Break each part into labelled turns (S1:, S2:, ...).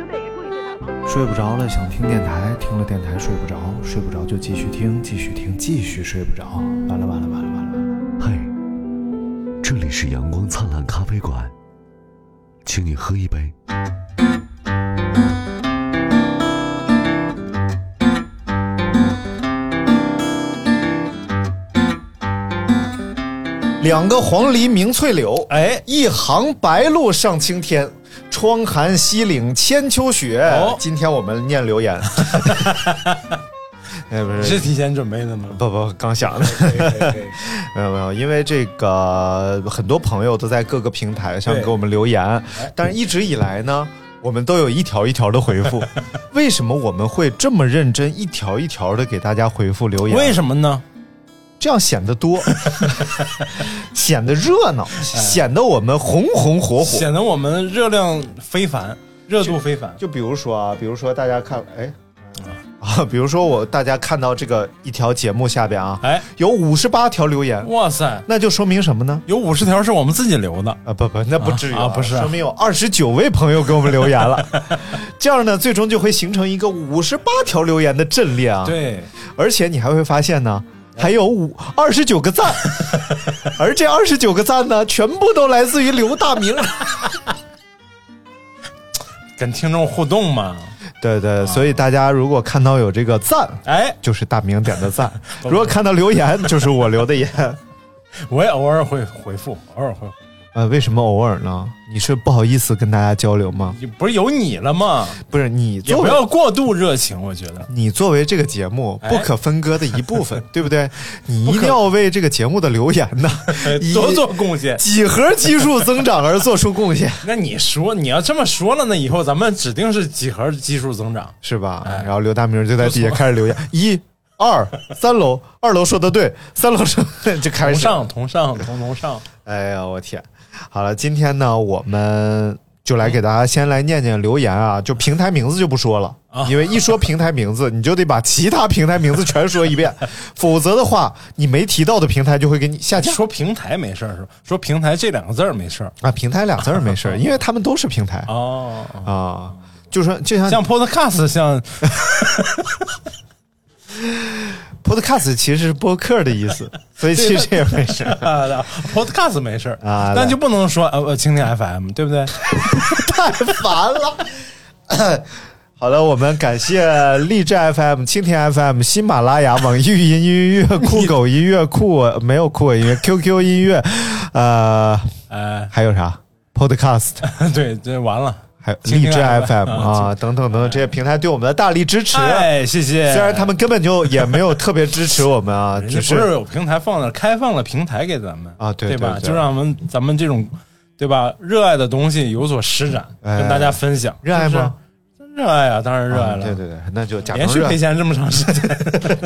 S1: 球队也注意对他防守。
S2: 睡不着了，想听电台，听了电台睡不着，睡不着就继续听，继续听，继续睡不着，完了完了完了完了。
S3: 嗨，这里是阳光灿烂咖啡馆，请你喝一杯。
S2: 两个黄鹂鸣翠柳，哎，一行白鹭上青天。窗含西岭千秋雪。
S4: 哦
S2: 今天我们念留 言。哎，不
S4: 你
S2: 是
S4: 是，提前准备的吗？
S2: 不不，刚想的。 没有没有，因为这个很多朋友都在各个平台上
S4: 对
S2: 给我们留言，
S4: 哎
S2: 但是一直以来呢，我们都有一条一条的回 复。为什么我们会这么认真，一条一条的给大家回复留言？
S4: 为什么呢？
S2: 这样显得 多，显得热闹，显得我们红红火火。
S4: 哎显得我们热量非凡，热度非凡。
S2: 就比如说啊，比如说大家看，哎，啊，比如说我大家看到这个一条节目下边啊，
S4: 哎，
S2: 有五十八条留言，
S4: 哇塞，
S2: 那就说明什么呢？
S4: 有五十条是我们自己留的，
S2: 啊不不，那不至于
S4: 啊啊不是啊
S2: 说明有二十九位朋友给我们留言了， 这样呢，最终就会形成一个五十八条留言的阵列啊。，
S4: 对，
S2: 而且你还会发现呢，还有五二十九个赞， 而这二十九个赞呢，全部都来自于刘大 明。
S4: 跟听众互动嘛。
S2: 对
S4: 啊
S2: 对，所以大家如果看到有这个赞，
S4: 哎，
S2: 就是大明点的 赞；如果看到留言，就是我留的言。
S4: 我也偶尔会回复，偶尔会，
S2: 呃，为什么偶尔呢？你是不好意思跟大家交流吗？
S4: 你不是有你了吗？
S2: 不是你
S4: 也
S2: 作
S4: 不
S2: 为
S4: 要过度热情，我觉得。
S2: 你作为这个节目
S4: 哎
S2: 不可分割的一部 分，对不对？你一
S4: 不可，
S2: 定要为这个节目的留言呢
S4: 呃多做贡献
S2: 以几何基数增长而做出贡 献，
S4: 那你说你要这么说了，那以后咱们指定是几何基数增长。
S2: 是吧？
S4: 哎
S2: 然后刘大明就在底下开始留言，一、二、三楼，二楼说的对，三楼说就开
S4: 同
S2: 始。
S4: 上同上同 同上，
S2: 哎呀，我天！好了，今天呢，我们就来给大家先来念念留言啊，
S4: 嗯
S2: 就平台名字就不说了，
S4: 啊
S2: 因为一说平台名字，你就得把其他平台名字全说 一遍，否则的话，你没提到的平台就会给你下架。
S4: 说平台没事儿是吧？说平台这两个字儿没事儿
S2: 啊，平台俩字儿没 事儿，因为他们都是平台
S4: 哦。
S2: 啊。就说就像
S4: 像 Podcast，像
S2: podcast 其实是播客的意 思，所以其实也没事儿。
S4: 啊 Podcast 没事儿
S2: 啊
S4: 但就不能说呃呃蜻蜓 FM，对不 对？
S2: 太烦了。 好了，我们感谢荔枝 FM、蜻蜓 FM、喜马拉雅、网易云音乐、酷狗音乐、酷我没有酷我音乐、QQ 音乐，呃，
S4: 哎，
S2: 还有啥 Podcast，
S4: 对，这完了。
S2: 还有荔枝
S4: 蜻蜓
S2: FM
S4: 啊
S2: 啊，等等等等这些平台对我们的大力支持。
S4: 哎，谢谢。
S2: 啊虽然他们根本就也没有特别支持我们啊，
S4: 人家
S2: 只
S4: 不是有平台放那儿，开放了平台给咱们
S2: 啊对
S4: 对吧？
S2: 对对
S4: 就让我们咱们这种对吧热爱的东西有所施展，
S2: 哎
S4: 跟大家分享。
S2: 热爱吗
S4: 是不是？热爱啊，当然热爱
S2: 啊
S4: 了。
S2: 对对对，那就假
S4: 连
S2: 装
S4: 续
S2: 热
S4: 赔钱这么长时间，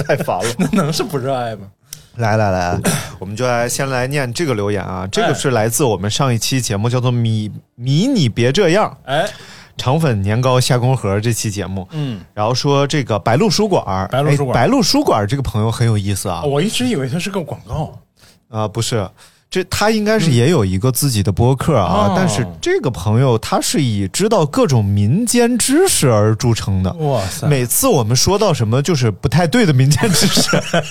S2: 太烦了。
S4: 那能是不热爱吗？
S2: 来来来，我们就来先来念这个留言啊，这
S4: 哎
S2: 个是来自我们上一期节目叫做“迷迷你别这样
S4: 哎，”，
S2: 肠粉年糕下公盒这期节目，
S4: 嗯，
S2: 然后说这个白鹿书馆，
S4: 白鹿书馆哦
S2: 哎白鹿书馆这个朋友很有意思啊，
S4: 我一直以为它是个广告，
S2: 啊、不是。这他应该是也有一个自己的播客啊，
S4: 嗯哦
S2: 但是这个朋友他是以知道各种民间知识而著称的，
S4: 哇塞
S2: 每次我们说到什么就是不太对的民间知识，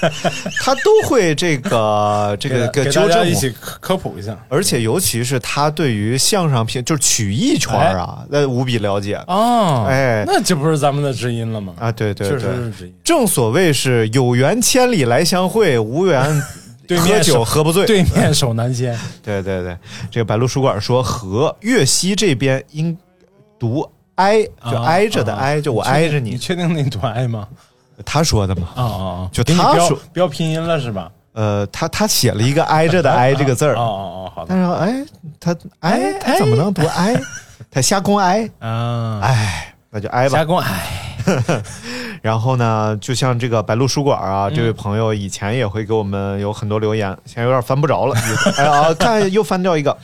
S2: 他都会这个这个
S4: 给
S2: 给
S4: 大
S2: 纠
S4: 给
S2: 正
S4: 大家
S2: 我
S4: 一起科科普一下
S2: 而且尤其是他对于相声评就是曲艺圈啊，那、无比了解啊
S4: 哦
S2: 哎啊
S4: 那这不是咱们的知音了吗？
S2: 对对
S4: 确
S2: 对，
S4: 实是知音。
S2: 正所谓是有缘千里来相会，无 缘
S4: 对
S2: 喝
S4: 面
S2: 酒
S4: 手
S2: 喝不醉。
S4: 对面手难牵，
S2: 对对对，这个白鹿书馆说和粤西这边应读挨，就
S4: 啊
S2: 挨着的
S4: 啊
S2: 挨，就 我
S4: 确
S2: 挨着
S4: 你
S2: 你。
S4: 确定那段爱吗？
S2: 他说的嘛，
S4: 啊啊啊！
S2: 就
S4: 给你
S2: 他
S4: 标
S2: 说
S4: 标拼音了是吧？
S2: 呃，他他写了一个挨着的挨这个字儿
S4: 哦，哦哦，好的
S2: 但是哎，他哎他怎么能读挨？他瞎公挨，哎
S4: 啊，
S2: 哎，那就挨吧
S4: 加。工哎，
S2: 然后呢，就像这个白鹿书馆啊，这位朋友以前也会给我们有很多留言，现在有点翻不着了。哎啊，看又翻掉一个，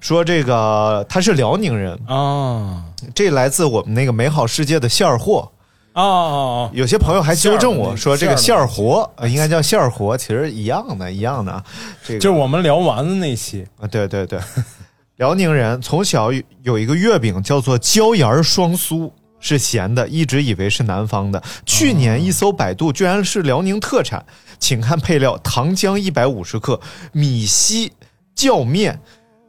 S2: 说这个他是辽宁人，
S4: 啊
S2: 这来自我们那个美好世界的馅儿货。
S4: 哦哦
S2: 有些朋友还纠正我说这个馅
S4: 馅儿
S2: 儿
S4: 的
S2: 活，呃应该叫馅儿活，其实一样的，一样的啊。这个
S4: 就是我们聊丸子那期，
S2: 啊，对对 对，辽宁人从小有有一个月饼叫做椒盐儿双酥，是咸的，一直以为是南方的。去
S4: 哦
S2: 年一搜百度，居然是辽宁特产。请看配料：糖浆一百五十克，米稀、酵面、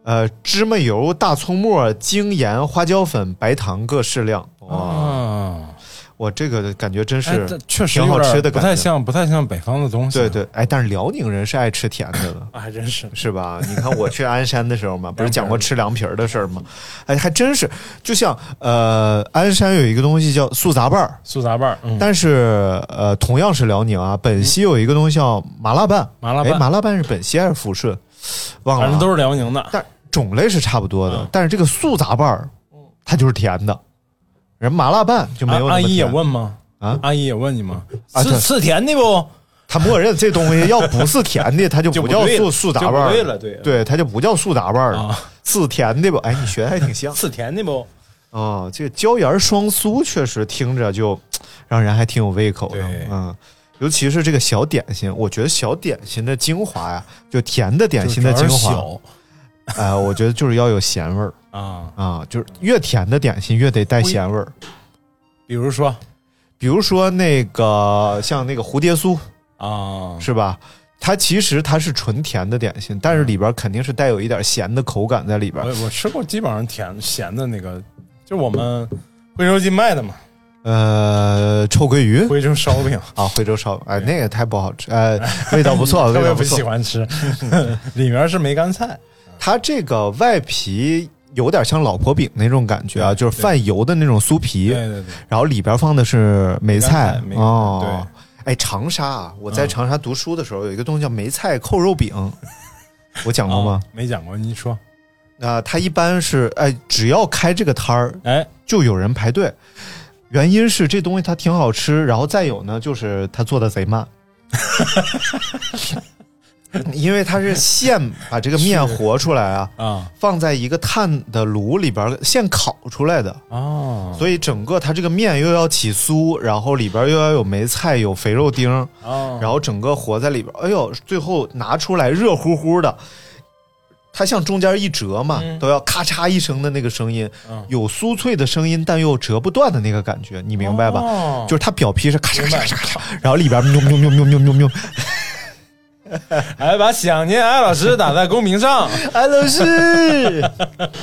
S2: 呃芝麻油、大葱末、精盐、花椒粉、白糖各适量。哇，
S4: 啊，
S2: 我这个感觉真
S4: 哎
S2: 哦是
S4: 这确实
S2: 挺好
S4: 有点
S2: 吃的
S4: 不
S2: 感
S4: 太
S2: 觉。
S4: 像不太像北方的东西，
S2: 对对，哎，但是辽宁人是爱吃甜的的。
S4: 啊，还真是
S2: 是吧？你看我去鞍山的时 候嘛，不是讲过吃凉皮儿的事儿吗？哎，还真是，就像呃，鞍山有一个东西叫素杂拌儿，
S4: 素杂拌儿，嗯
S2: 但是呃，同样是辽宁啊，本溪有一个东西叫麻辣拌，
S4: 麻辣
S2: 哎
S4: 拌
S2: 麻辣拌是本溪还是抚顺？忘了啊，
S4: 反正都是嗯辽宁的，
S2: 但种类是差不多的，但是这个素杂拌儿，它就是甜的，人麻辣拌就没有那么
S4: 阿阿姨也
S2: 甜
S4: 问吗？
S2: 啊
S4: 阿姨也问你吗？
S2: 啊对
S4: 是是甜的不？
S2: 他默认这东西要不是甜 的，它就
S4: 就
S2: 不
S4: 不
S2: 叫
S4: 对
S2: 素
S4: 了
S2: 素杂
S4: 就
S2: 拌
S4: 不
S2: 儿，
S4: 对了对
S2: 对，它就不叫素杂拌儿了
S4: 啊，
S2: 是甜的吧？哎，你学的还挺像
S4: 是甜的不？
S2: 哦，这个椒盐双酥确实听着就让人还挺有胃口的
S4: 对，
S2: 嗯。尤其是这个小点心，我觉得小点心的精华呀，就甜的点心的精
S4: 就是主
S2: 华，
S4: 要
S2: 哎、我觉得就是要有咸味儿
S4: 是小啊，
S2: 啊，就是越甜的点心越得带咸味儿。
S4: 比如说
S2: 比如说那个像那个蝴蝶酥，
S4: 啊，
S2: 是吧？它其实它是纯甜的点心，但是里边肯定是带有一点咸的口感在里边
S4: 我。我吃过基本上甜咸的那个，就是我们徽州鸡卖的嘛，
S2: 呃，臭鳜鱼
S4: 徽州烧饼，
S2: 啊，徽州烧，哎，那个太不好吃，呃，味道不 错，
S4: 特
S2: 味
S4: 别
S2: 道
S4: 不喜
S2: 错。
S4: 欢吃，里面是梅干菜，
S2: 它这个外皮有点像老婆饼那种感觉啊，就是泛油的那种酥皮
S4: 对，对对，
S2: 然后里边放的是梅菜
S4: 梅干菜梅
S2: 哦。哎，长沙啊，我在长沙读书的时候有一个东西叫梅菜扣肉饼， 我讲过吗
S4: 啊？？没讲过，你说，
S2: 啊，它一般是哎，只要开这个摊儿，
S4: 哎，
S2: 就有人排队。原因是这东西它挺好吃，然后再有呢，就是它做的贼 慢，因为它是现把这个面和出来啊，
S4: 啊
S2: 放在一个炭的炉里边儿现烤出来的，
S4: 哦，
S2: 所以整个它这个面又要起酥，然后里边儿又要有梅菜、有肥肉丁儿，
S4: 哦，
S2: 然后整个和在里边儿。哎呦，最后拿出来热乎乎的，它像中间一折嘛，
S4: 嗯
S2: 都要咔嚓一声的那个声音，
S4: 嗯
S2: 有酥脆的声音，但又折不断的那个感觉，你明白吧？
S4: 哦
S2: 就是它表皮是咔嚓咔嚓咔嚓，然后里边喵喵喵喵喵喵喵。
S4: 哎，把想念艾老师打在公屏上，
S2: 哎，老师，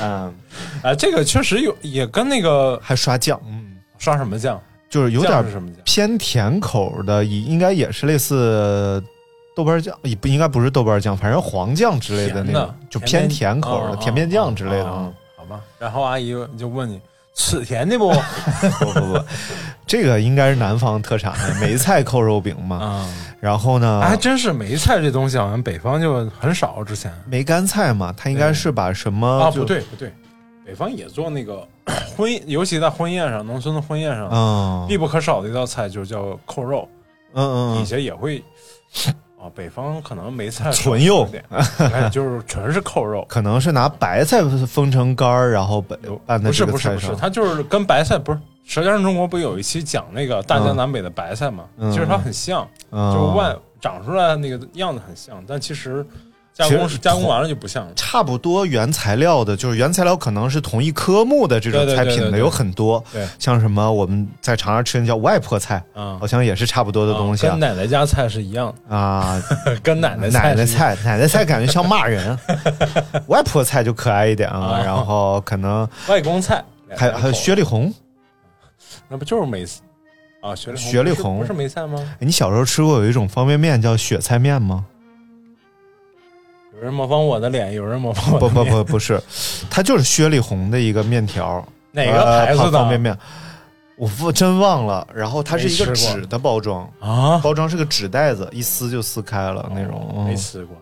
S2: 嗯，
S4: 哎，这个确实有，也跟那个
S2: 还刷酱，嗯，
S4: 刷什么酱，
S2: 就是有
S4: 酱是什
S2: 点
S4: 么酱
S2: 偏甜口的，也应该也是类似豆瓣酱，也不应该不是豆瓣酱，反正黄酱之类的那
S4: 甜
S2: 种
S4: 的，，
S2: 就偏甜口
S4: 哦
S2: 的
S4: 哦
S2: 甜面酱之类的。
S4: 哦
S2: 嗯
S4: 哦好吧，然后阿姨就问你，吃甜的不？
S2: 不不
S4: 哦
S2: 不，这个应该是南方特产的梅菜扣肉饼嘛。
S4: 啊，
S2: 然后呢，
S4: 还真是梅菜这东西，好像北方就很少。之前
S2: 梅干菜嘛，它应该是把什么
S4: 啊，
S2: 就
S4: 不对不对，北方也做那个 婚，尤其在婚宴上，农村的婚宴上，
S2: 嗯
S4: 必不可少的一道菜就是叫扣肉，
S2: 嗯
S4: 以
S2: 嗯，
S4: 前也会。啊，北方可能梅菜
S2: 纯肉
S4: 少一点，哎，就是全是扣肉，
S2: 可能是拿白菜封成干儿，然后拌
S4: 有
S2: 拌在
S4: 不是
S2: 这个
S4: 不是
S2: 菜
S4: 不是，
S2: 上。
S4: 它就是跟白菜不是《舌尖上中国》不有一期讲那个大江南北的白菜嘛？
S2: 嗯
S4: 其实它很像，
S2: 嗯
S4: 就是外长出来的那个样子很像，但其实加
S2: 其
S4: 工
S2: 实
S4: 加工完了就不像了。
S2: 差不多原材料的，就是原材料可能是同一科目的这种
S4: 对对
S2: 菜
S4: 对
S2: 品
S4: 对
S2: 的
S4: 对
S2: 有很多，
S4: 对
S2: 像什么我们在长沙吃的叫外婆菜，啊
S4: 嗯
S2: 好像也是差不多的东西
S4: 跟
S2: 啊
S4: 奶奶家菜是一样，
S2: 啊，
S4: 的，哦跟奶奶
S2: 奶奶
S4: 是一样
S2: 菜，奶奶菜感觉像骂 人，外婆菜就可爱一点啊，
S4: 啊
S2: 然后可能
S4: 的外公菜，
S2: 还
S4: 两
S2: 还有
S4: 口
S2: 雪里红，
S4: 子那不就是梅啊雪里
S2: 雪里
S4: 不是
S2: 红
S4: 不是梅菜吗？
S2: 你小时候吃过有一种方便面叫雪菜面吗？
S4: 有人模仿我的脸，有人模仿我
S2: 不
S4: 的
S2: 不
S4: 脸，
S2: 不不是，它就是雪里红的一个面条，
S4: 哪个牌
S2: 呃
S4: 子
S2: 方便
S4: 的
S2: 面？我不真忘了。然后它是一个
S4: 没吃过
S2: 纸的包装，
S4: 啊？
S2: 包装是个纸袋子，一撕就撕开了那种，
S4: 没
S2: 嗯，
S4: 吃过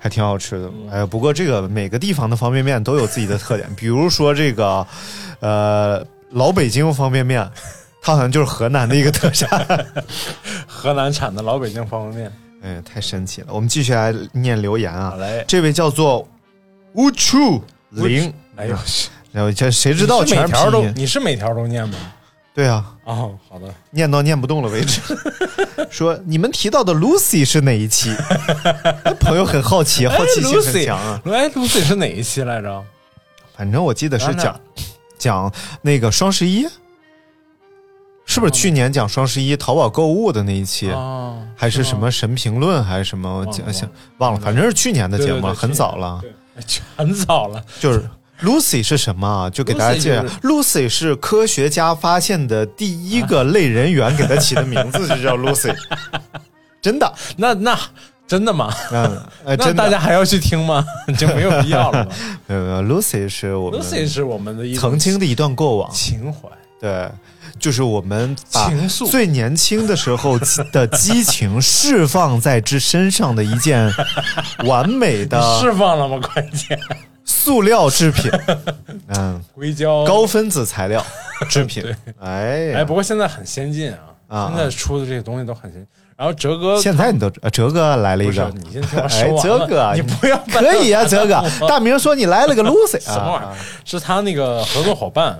S2: 还挺好吃的。哎呀，不过这个每个地方的方便面都有自己的特点，比如说这个，呃，老北京方便面。它好像就是河南的一个特产。
S4: 河南产的老北京方便面。
S2: 哎呀，太神奇了！我们继续来念留言啊
S4: 好。嘞，
S2: 这位叫做无处零，
S4: 哎呦，
S2: 然后这谁知道
S4: 你是
S2: 全
S4: 每
S2: 是
S4: 条
S2: 拼
S4: 都
S2: 音？
S4: 你是每条都念吗？
S2: 对啊，
S4: 哦，好的，
S2: 念到念不动了为止。 说你们提到的 Lucy 是哪一期？ 朋友很好奇，好奇心很强啊。
S4: 哎，Lucy 是哪一期来着？
S2: 反正我记得是讲讲那个双十一，是
S4: 哦
S2: 不是去年讲双十一淘宝购物的那一期？
S4: 啊，
S2: 还是什么神评论，还是什么
S4: 忘了
S2: 讲
S4: 忘
S2: 想
S4: 了
S2: 忘了，反正是去年的
S4: 对
S2: 节
S4: 对
S2: 目了，
S4: 对
S2: 很
S4: 去
S2: 早了。
S4: 对，哎全早了。
S2: 就是 Lucy 是什么啊？就给大家介绍
S4: Lucy
S2: ，Lucy 是科学家发现的第一个类人猿，给它起的名 字就叫 Lucy，真的，
S4: 那那真的吗？
S2: 嗯，呃，
S4: 那
S2: 真
S4: 大
S2: 的，
S4: 家还要去听吗？ 就没有必要了吧。
S2: 没有没有，Lucy 是 我们
S4: Lucy 是我们的一种
S2: 曾经的一啊段过往，
S4: 情怀，
S2: 对，就是我们把
S4: 情愫
S2: 最年轻的时候的激情释放在之身上的一件完美 的
S4: 释放了吗？关键
S2: 塑料制 品，嗯，
S4: 硅胶
S2: 高分子材料制品，哎呀
S4: 哦哎，不过现在很先进啊
S2: 啊，
S4: 现在出的这些东西都很先进。然后哲哥
S2: 现在你都呃哲哥来了一
S4: 不是
S2: 个，
S4: 你先听我
S2: 哎
S4: 说，完
S2: 哲
S4: 嘛
S2: 哥，
S4: 你不要
S2: 可以啊，哲哥， 大明说你来了个 Lucy
S4: 什么玩意
S2: 啊
S4: 儿？是他那个合作伙伴，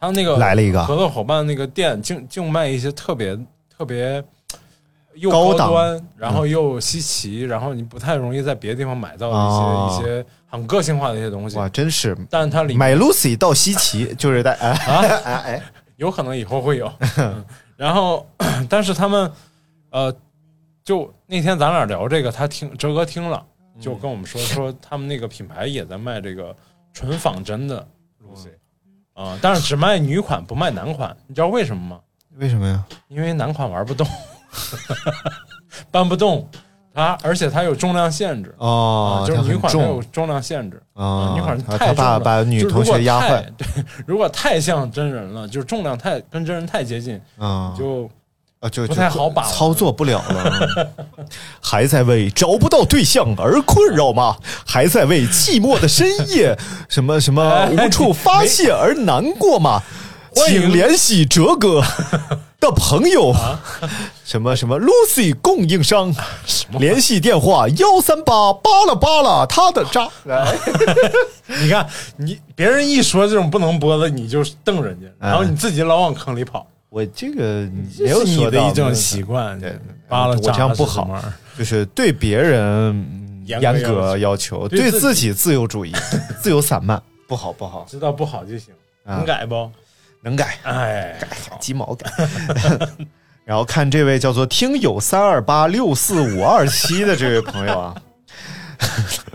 S4: 他那个
S2: 来了一个
S4: 合作伙伴那个店净净卖一些特别特别呃又
S2: 高档
S4: 端，然后又稀奇，然后你不太容易在别的地方买到
S2: 哦
S4: 的一些一些很个性化的一些东西。
S2: 哇，真是
S4: 但它里面
S2: 买 Lucy 到西奇，就是在哎 哎哎
S4: 啊有可能以后会有。嗯然后， 但是他们，呃，就那天咱俩聊这个，他听哲哥听了，
S2: 嗯
S4: 就跟 我们说、说他们那个品牌也在卖这个纯仿真的 Lucy，啊、但是只卖女款不卖男款，你知道为什么吗？
S2: 为什么呀？
S4: 因为男款玩 不动，搬不动，它而且它有重量限制。
S2: 哦
S4: 啊，就是
S2: 它
S4: 女
S2: 很
S4: 款它有
S2: 重
S4: 重量限制，
S2: 啊
S4: 女款
S2: 他
S4: 太重
S2: 怕
S4: 了
S2: 把女
S4: 就如
S2: 同
S4: 果
S2: 学压
S4: 太
S2: 坏，
S4: 对，如果太像真人了，就是重量太跟真人太接近，
S2: 啊，
S4: 就
S2: 啊就
S4: 不太好把握
S2: 操作不了了， 还在为找不到对象而困扰吗？还在为寂寞的深 夜什么什么无处发泄而难过吗？
S4: 欢迎啊
S2: 请联系哲 哥的朋友， 什么什么 Lucy 供应 商，联系电话幺三八扒拉扒拉他的渣。 哎
S4: 你看你别人一说这种不能播的，你就瞪人家，
S2: 哎
S4: 然后你自己老往坑里跑，
S2: 我这个
S4: 这
S2: 没有
S4: 是你
S2: 说
S4: 的
S2: 到
S4: 一种
S2: 那
S4: 习惯
S2: 对对，
S4: 扒拉
S2: 我这样不好 就是对别人嗯
S4: 严
S2: 严
S4: 格
S2: 格要求，对
S4: 对
S2: 自
S4: 自己
S2: 己自由主义、 自由散漫，不好不好，
S4: 知道不好就行，
S2: 啊
S4: 能改不？
S2: 能改
S4: 哎，
S2: 鸡毛改。 然后看这位叫做听友三二八六四五二七的这位朋友 啊，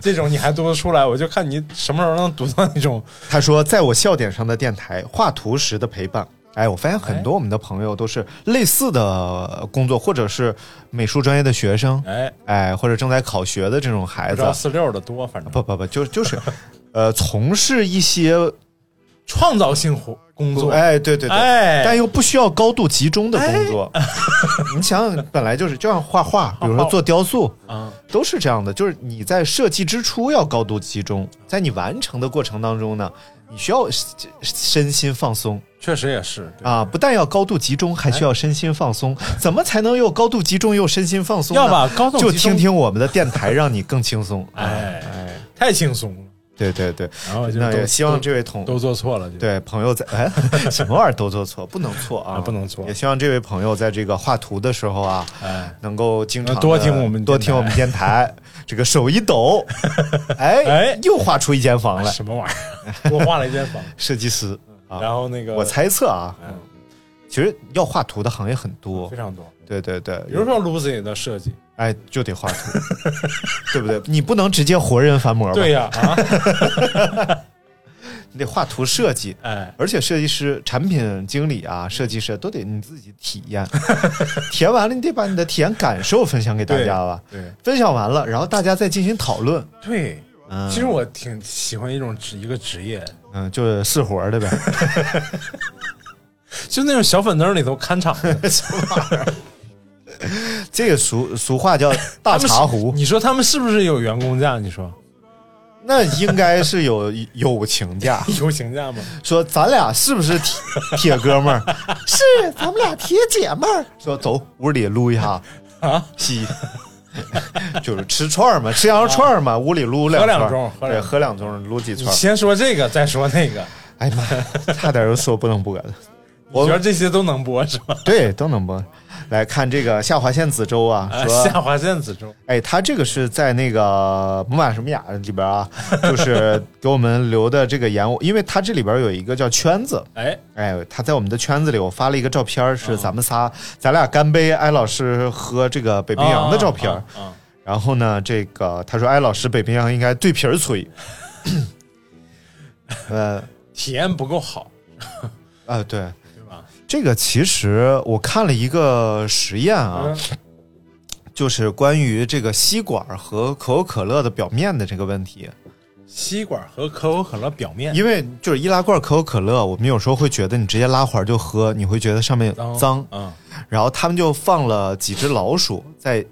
S4: 这种你还读得出来，我就看你什么时候能读到那种
S2: 他说在我笑点上的电台画图时的陪伴。哎，我发现很多我们的朋友都是类似的工作，或者是美术专业的学生，
S4: 哎，
S2: 哎，或者正在考学的这种孩
S4: 不
S2: 子
S4: 知，道四六的多，反正
S2: 哎不不不，就就是，呃，从事一些
S4: 创造性活工作，
S2: 哎，对对对，
S4: 哎
S2: 但又不需要高度集中的工 作。你想想，本来就是就像画画，比如说做雕塑，
S4: 啊，
S2: 都是这样的，就是你在设计之初要高度集中，在你完成的过程当中呢，你需要身身心放松
S4: 确实也是对
S2: 啊，不但要高度集中，还需要身心放松。怎么才能又高度集中又身心放松呢？
S4: 哎要把高度集
S2: 就
S4: 中
S2: 听听我们的电台，让你更轻 松。哎，
S4: 哎太轻松了，
S2: 对对对，
S4: 然后就
S2: 那
S4: 都
S2: 也希望这位
S4: 都
S2: 同
S4: 都做错了，就，
S2: 对，朋友在哎， 什么玩意儿都做错，不能错啊，
S4: 啊不能错
S2: 也希望这位朋友在这个画图的时候啊，
S4: 哎，
S2: 能够经常地
S4: 多听我们
S2: 多
S4: 电台
S2: 听我们电 台，这个手一抖，哎
S4: 哎
S2: 又画出一间房来。
S4: 什么玩意儿？ 我画了一间房，
S2: 设计师啊，
S4: 然后那个
S2: 我猜测啊
S4: 嗯，
S2: 其实要画图的行业很多
S4: 非，常多，
S2: 对对对，
S4: 比如说 Lucy 的设计，
S2: 哎就得画图，对不对？你不能直接活人翻模吧？
S4: 对，呀啊，
S2: 你得画图设计。
S4: 哎，
S2: 而且设计师、产品经理啊、设计师都得你自己体验， 体验完了你得把你的体验感受分享给大家吧。
S4: 对
S2: 分享完了，然后大家再进行讨论。
S4: 对，
S2: 嗯，
S4: 其实我挺喜欢一种职一个职业，
S2: 嗯就是是活儿的呗。
S4: 就那种小粉灯里头看场 的，
S2: 这个俗俗话叫大
S4: 他们是
S2: 茶壶，
S4: 你说他们是不是有员工价？你说
S2: 那应该是有友情价，
S4: 有请假吗？
S2: 说咱俩是不是铁铁哥们儿？ 是，咱们俩铁姐们儿。说走屋里撸一下，
S4: 啊，
S2: 吸， 就是吃串儿嘛，吃羊肉串儿嘛，屋里撸两
S4: 喝
S2: 串
S4: 两
S2: 儿
S4: 盅喝
S2: 对，
S4: 两
S2: 喝两盅，撸几
S4: 你
S2: 串儿。
S4: 先说这个，再说那个，
S2: 哎呀妈呀，差点又说不能播了。
S4: 你
S2: 我啊
S4: 觉得这些都能播是吧？
S2: 对都能播。来看这个下划线子舟啊，
S4: 啊
S2: 说
S4: 下划线子中，
S2: 哎，他这个是在那个《木马什么雅》里边啊，就是给我们留的这个言，因为他这里边有一个叫圈子，
S4: 哎，
S2: 哎，他在我们的圈子里，我发了一个照片儿，
S4: 嗯
S2: 是咱们仨，咱俩干杯，艾老师喝这个北冰洋的照片儿。
S4: 啊啊啊
S2: 然后呢，这个他说艾老师北冰洋应该对皮儿吹，呃
S4: 体验不够好，
S2: 啊对，
S4: 对吧？
S2: 这个其实我看了一个实验啊，
S4: 嗯
S2: 就是关于这个吸管儿和可口可乐的表面的这个问题。
S4: 吸管和可口可乐表面
S2: 因为就是易拉罐可口可乐，我们有时候会觉得你直接拉环就喝，你会觉得上面脏，
S4: 啊，
S2: 然后他们就放了几只老鼠在，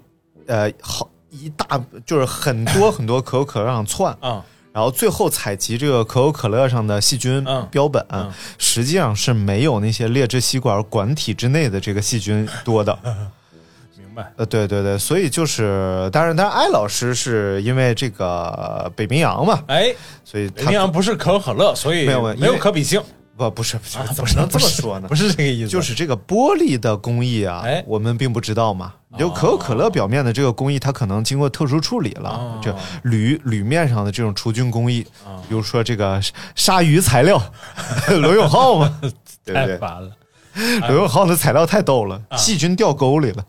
S2: 呃，好一大就是很多很多可口可乐上窜，
S4: 啊，
S2: 然后最后采集这个可口可乐上的细菌
S4: 嗯
S2: 标本，
S4: 嗯
S2: 实际上是没有那些劣质吸管管体之内的这个细菌多 的。
S4: 明白。
S2: 呃，对对对，所以就是，当然，当然，艾老师是因为这个北冰洋嘛，
S4: 哎，
S2: 所以
S4: 北
S2: 他
S4: 冰洋不是可口可乐，所以
S2: 没有没有
S4: 没
S2: 因
S4: 有
S2: 为
S4: 可比性
S2: 不不是不是
S4: 啊，，
S2: 怎
S4: 不
S2: 么
S4: 是
S2: 能这
S4: 不
S2: 么
S4: 是
S2: 说呢？
S4: 不是这个意思，
S2: 就是这个玻璃的工艺啊，
S4: 哎哦
S2: 我们并不知道嘛。就可口可乐表面的这个工艺，它可能经过特殊处理了，
S4: 哦
S2: 这铝铝面上的这种除菌工艺，
S4: 哦
S2: 比如说这个鲨鲨鱼材料， 罗永浩嘛，对不
S4: 太
S2: 对？
S4: 烦了。啊
S2: 罗永浩的材料太逗了，细菌掉沟里了。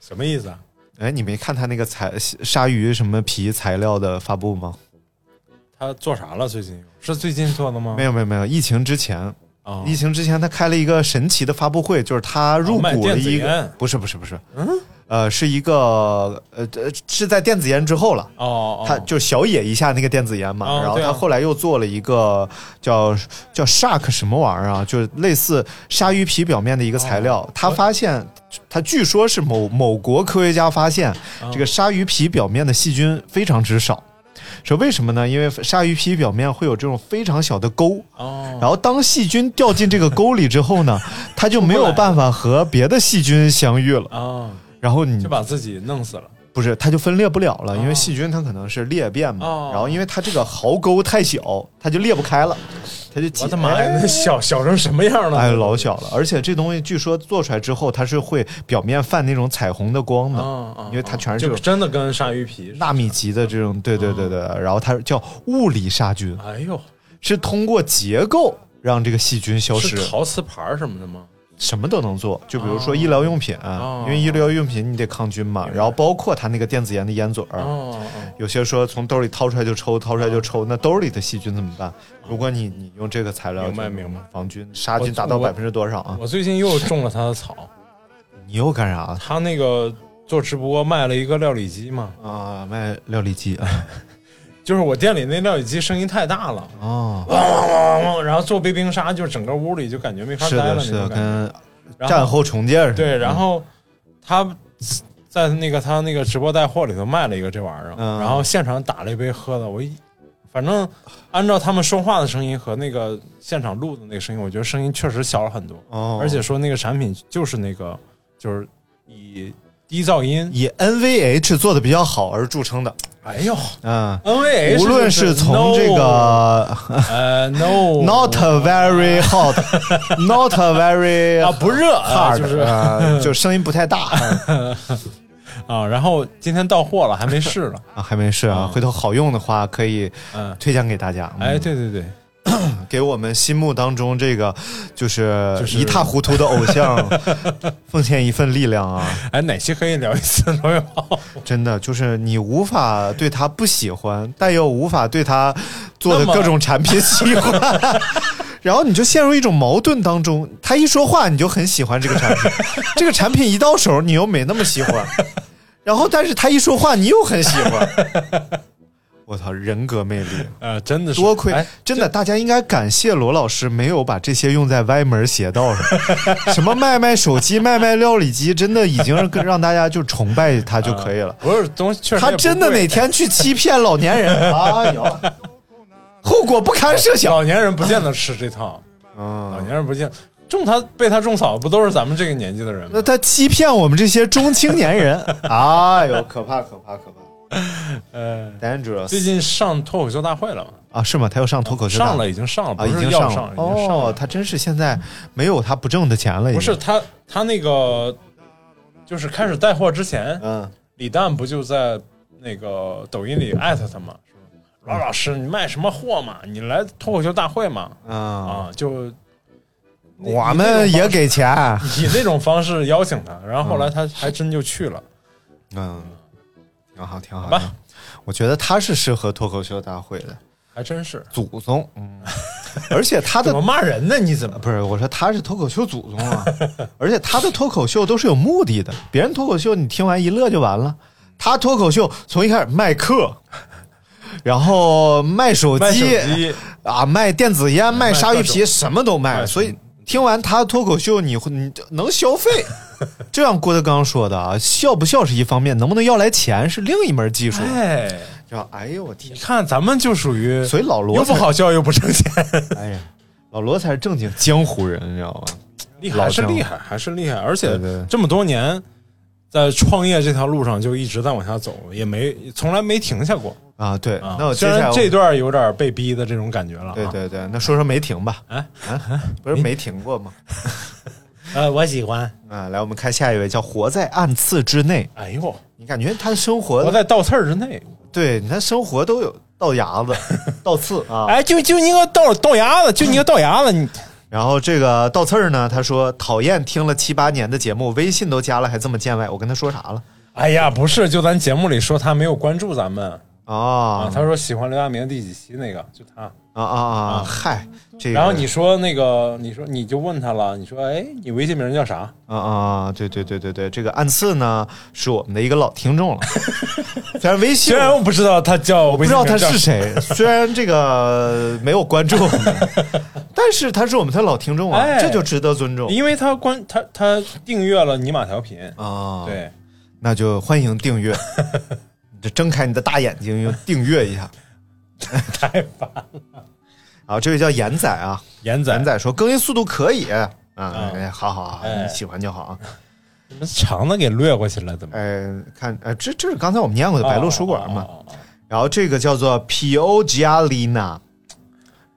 S4: 什么意思啊？
S2: 哎，你没看他那个材鲨鱼什么皮材料的发布吗？
S4: 他做啥了？最近是最近做的吗？
S2: 没有没有没有，疫情之前，
S4: 啊
S2: 疫情之前，他开了一个神奇的发布会，就是他入
S4: 哦卖
S2: 股了
S4: 电子
S2: 一个，
S4: 烟
S2: 不是不是不是，嗯，呃，是一个呃呃是在电子烟之后了。
S4: 哦，哦
S2: 他就小野一下那个电子烟嘛，
S4: 哦
S2: 然后
S4: 对啊
S2: 他后来又做了一个叫叫 shark 什么玩意儿啊，就是类似鲨鱼皮表面的一个材
S4: 哦
S2: 料。他发现，他据说是某某国科学家发现，
S4: 哦
S2: 这个鲨鱼皮表面的细菌非常之少。说为什么呢？因为鲨鱼皮表面会有这种非常小的沟，
S4: 哦，
S2: 然后当细菌掉进这个沟里之后 呢，它就没有办法和别的细菌相遇了。
S4: 哦，
S2: 然后你
S4: 就把自己弄死了。
S2: 不是，它就分裂不了了，因为细菌它可能是裂变嘛
S4: 哦。
S2: 然后因为它这个壕沟太小，它就裂不开了，它就挤
S4: 我的妈呀，
S2: 哎
S4: 那小小成什么样了？
S2: 哎，老小了，而且这东西据说做出来之后，它是会表面泛那种彩虹的光的，
S4: 嗯嗯
S2: 因为它全是这
S4: 就
S2: 种
S4: 真的跟鲨鱼皮似的。
S2: 纳米级的这种，对对对对，
S4: 哦
S2: 然后它叫物理杀菌，
S4: 哎呦，
S2: 是通过结构让这个细菌消失
S4: 是。陶瓷盘儿什么的吗？
S2: 什么都能做，就比如说医疗用品，啊
S4: 哦
S2: 因为医疗用品你得抗菌嘛，然后包括它那个电子烟的烟嘴儿，
S4: 哦哦，
S2: 有些说从兜里掏出来就抽，掏出来就抽，那兜里的细菌怎么办？如果你你用这个材料，
S4: 哦明白明白，
S2: 防菌杀菌
S4: 我
S2: 达到
S4: 我
S2: 百分之多少啊？
S4: 我最近又种了他的草，
S2: 你又干啥啊了
S4: 他那个做直播卖了一个料理机嘛，
S2: 啊？卖料理 机啊？
S4: 就是我店里那料理机声音太大了，
S2: 哦，
S4: 咣咣然后做杯冰沙，就整个屋里就感觉没法
S2: 是
S4: 待了
S2: 的，
S4: 那
S2: 是
S4: 种
S2: 的，
S4: 感觉。
S2: 跟
S4: 然
S2: 战
S4: 后
S2: 后重建似的。嗯
S4: 对，然后他在那个他那个直播带货里头卖了一个这玩意儿，
S2: 嗯
S4: 然后现场打了一杯喝的，我一反正按照他们说话的声音和那个现场录的那个声音，我觉得声音确实小了很多，
S2: 哦，
S4: 而且说那个产品就是那个就是以低噪音，
S2: 以 NVH 做的比较好而著称的，
S4: 哎呦。
S2: 嗯。
S4: N V H，
S2: 无论是从这个
S4: 呃 no
S2: not very hot, not very
S4: 啊不热啊
S2: hard，
S4: 就是
S2: 啊就声音不太大
S4: 啊，然后今天到货了，还没试呢。
S2: 啊，还没事啊，
S4: 嗯
S2: 回头好用的话可以
S4: 嗯，
S2: 推荐给大家。嗯
S4: 哎，，对对对，
S2: 给我们心目当中这个就是
S4: 就是
S2: 一塌糊涂的偶 像奉献一份力量啊！
S4: 哎，哪期可以聊一次罗永浩？
S2: 真的，就是你无法对他不喜欢，但又无法对他做的
S4: 那么
S2: 各种产品喜 欢。然后你就陷入一种矛盾当中，他一说话你就很喜欢这个产品，这个产品一到手你又没那么喜欢，然后但是他一说话你又很喜欢，我操，人格魅力，
S4: 呃，真的是
S2: 多亏
S4: 哎
S2: 真的，大家应该感谢罗老师没有把这些用在歪门邪道上， 什么卖卖手机、卖卖料理机，真的已经让让大家就崇拜他就可以了。
S4: 不是东西，确 实
S2: 他
S4: 也不
S2: 真的
S4: 贵
S2: 哪天去欺骗老年人， 哎呦，后果不堪设想。
S4: 老年人不见得吃这套，老
S2: 嗯，
S4: 年人不见种他被他种草，不都是咱们这个年纪的人
S2: 那
S4: 吗？
S2: 他欺骗我们这些中青年人， 哎呦，可怕可怕啊可怕
S4: 呃，最
S2: ，dangerous
S4: 近上脱口秀大会了嘛？
S2: 啊，是吗？他要上脱口秀大会，
S4: 上了已经上了，
S2: 啊，
S4: 不
S2: 已
S4: 是
S2: 经
S4: 要
S2: 上
S4: 上
S2: 了
S4: 已经上
S2: 哦
S4: 了，
S2: 他真是现在没有他不挣的钱了，已经
S4: 不是他他那个就是开始带货之前，
S2: 嗯，
S4: 李诞不就在那个抖音里艾特他吗？说
S2: 嗯
S4: 罗老师，你卖什么货嘛？你来脱口秀大会嘛？
S2: 啊，
S4: 啊，就那
S2: 我们也给嗯钱，
S4: 以那种方式邀请他，然后后来他还真就去了。
S2: 嗯，挺好挺好
S4: 吧
S2: 的，我觉得他是适合脱口秀大会的
S4: 还真是
S2: 祖宗，嗯， 而且他的
S4: 怎么骂人呢？你怎么
S2: 不是，我说他是脱口秀祖宗啊，而且他的脱口秀都是有目的的。别人脱口秀你听完一乐就完了，他脱口秀从一开始卖课，然后卖手
S4: 卖手
S2: 机
S4: 机？
S2: 啊，卖电子烟、卖鲨鱼
S4: 各
S2: 皮，什么都卖。
S4: 卖
S2: 所以听完他脱口秀，你会你能消 费。就像郭德纲说的啊，笑不笑是一方面，能不能要来钱是另一门技术。
S4: 哎，
S2: 然后，哎呦我天
S4: 你，看咱们就属于
S2: 所以老罗
S4: 又不
S2: 才
S4: 好笑又不挣钱，
S2: 哎呀，老罗才是正经江湖人，你知道吗？
S4: 厉
S2: 老
S4: 害是
S2: 江湖
S4: 厉害，还是厉害，而且
S2: 对对
S4: 这么多年在创业这条路上就一直在往下走，也没从来没停下过
S2: 啊，对，
S4: 啊。
S2: 那我接
S4: 虽
S2: 下来
S4: 然
S2: 我
S4: 这段有点被逼的这种感觉了、啊，
S2: 对，对对，那说说梅婷吧。
S4: 哎
S2: 啊，不是没停过吗？
S4: 呃，我喜欢。
S2: 啊，来，我们看下一位，叫活在暗刺之内。
S4: 哎呦，
S2: 你感觉他的生活，
S4: 我在倒刺儿之内，
S2: 对你看生活都有倒牙 子、倒刺啊。
S4: 哎，就就你个倒倒牙子，就你个倒牙子，你
S2: 然后这个倒刺儿呢，他说讨厌听了七八年的节目，微信都加了还这么见外，我跟他说啥了？
S4: 哎呀，不是，就咱节目里说他没有关注咱们啊
S2: 啊，
S4: 他说喜欢刘大明第几期那个，就他。
S2: 啊啊啊！嗨，这个，
S4: 然后你说那个，你说你就问他了，你说哎，你微信名叫啥？
S2: 啊啊，对对对对对，这个暗刺呢是我们的一个老听众 了，虽然微信
S4: 虽然我不知道他叫，
S2: 不
S4: 不
S2: 知道他是，谁，虽然这个没有关注我们，但是他是我们的老听众啊，
S4: 哎
S2: 这就值得尊重
S4: 因为他关他他订阅了尼玛调频，
S2: 啊。，
S4: 对，
S2: 那就欢迎订阅， 这睁开你的大眼睛，用订阅一下。
S4: 太烦。
S2: 啊，这位叫严仔啊，
S4: 严仔，
S2: 严仔说更新速度可以啊，哎，好好好，
S4: 哎
S2: 你喜欢就好啊。
S4: 你们长的给略过去了，怎么？
S2: 哎，看，哎，这这是刚才我们念过的白鹿哎书馆嘛。
S4: 哦？哦哦哦
S2: 然后这个叫做 Piogialina，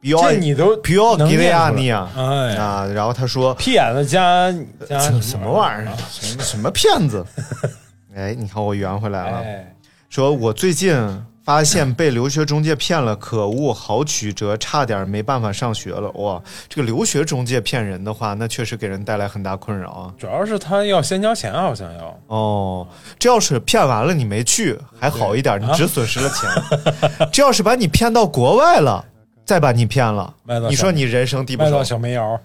S4: 这你都
S2: Piogialina
S4: 哎呀，
S2: 啊，然后他说
S4: 屁眼子加加
S2: 这什么玩意儿？什么什么骗 子？哎，你看我圆回来了。
S4: 哎，
S2: 说我最近发现被留学中介骗了，可恶，好曲折，差点没办法上学了。哇，这个留学中介骗人的话，那确实给人带来很大困扰啊。
S4: 主要是他要先交钱，好像要。
S2: 哦，这要是骗完了你没去还好一点，你只损失了
S4: 啊
S2: 钱；这要是把你骗到国外了，再把你骗了
S4: 卖到，小
S2: 你说你人生地不
S4: 卖到
S2: 熟。
S4: 小煤窑、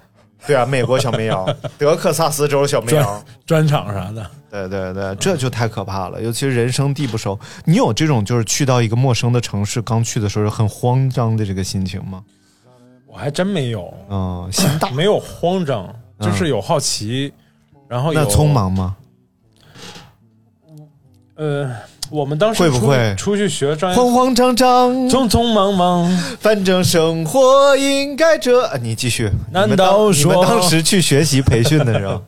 S2: 对啊，美国小煤 窑，德克萨斯州小煤窑
S4: 砖。砖厂啥的，
S2: 对对对，这就太可怕了，尤其是人生地不熟。你有这种就是去到一个陌生的城市，刚去的时候很慌张的这个心情吗？
S4: 我还真没有，
S2: 嗯， 心大
S4: 没有慌张，
S2: 嗯
S4: 就是有好奇，然后有
S2: 那匆。忙吗？
S4: 呃，我们当时
S2: 会不
S4: 出
S2: 会
S4: 出去学专业？
S2: 慌慌张张，
S4: 哎匆匆忙 忙，
S2: 反正生活应该这。啊你继续，
S4: 难
S2: 你们
S4: 道
S2: 当
S4: 说
S2: 你们当时去学习培训的时候，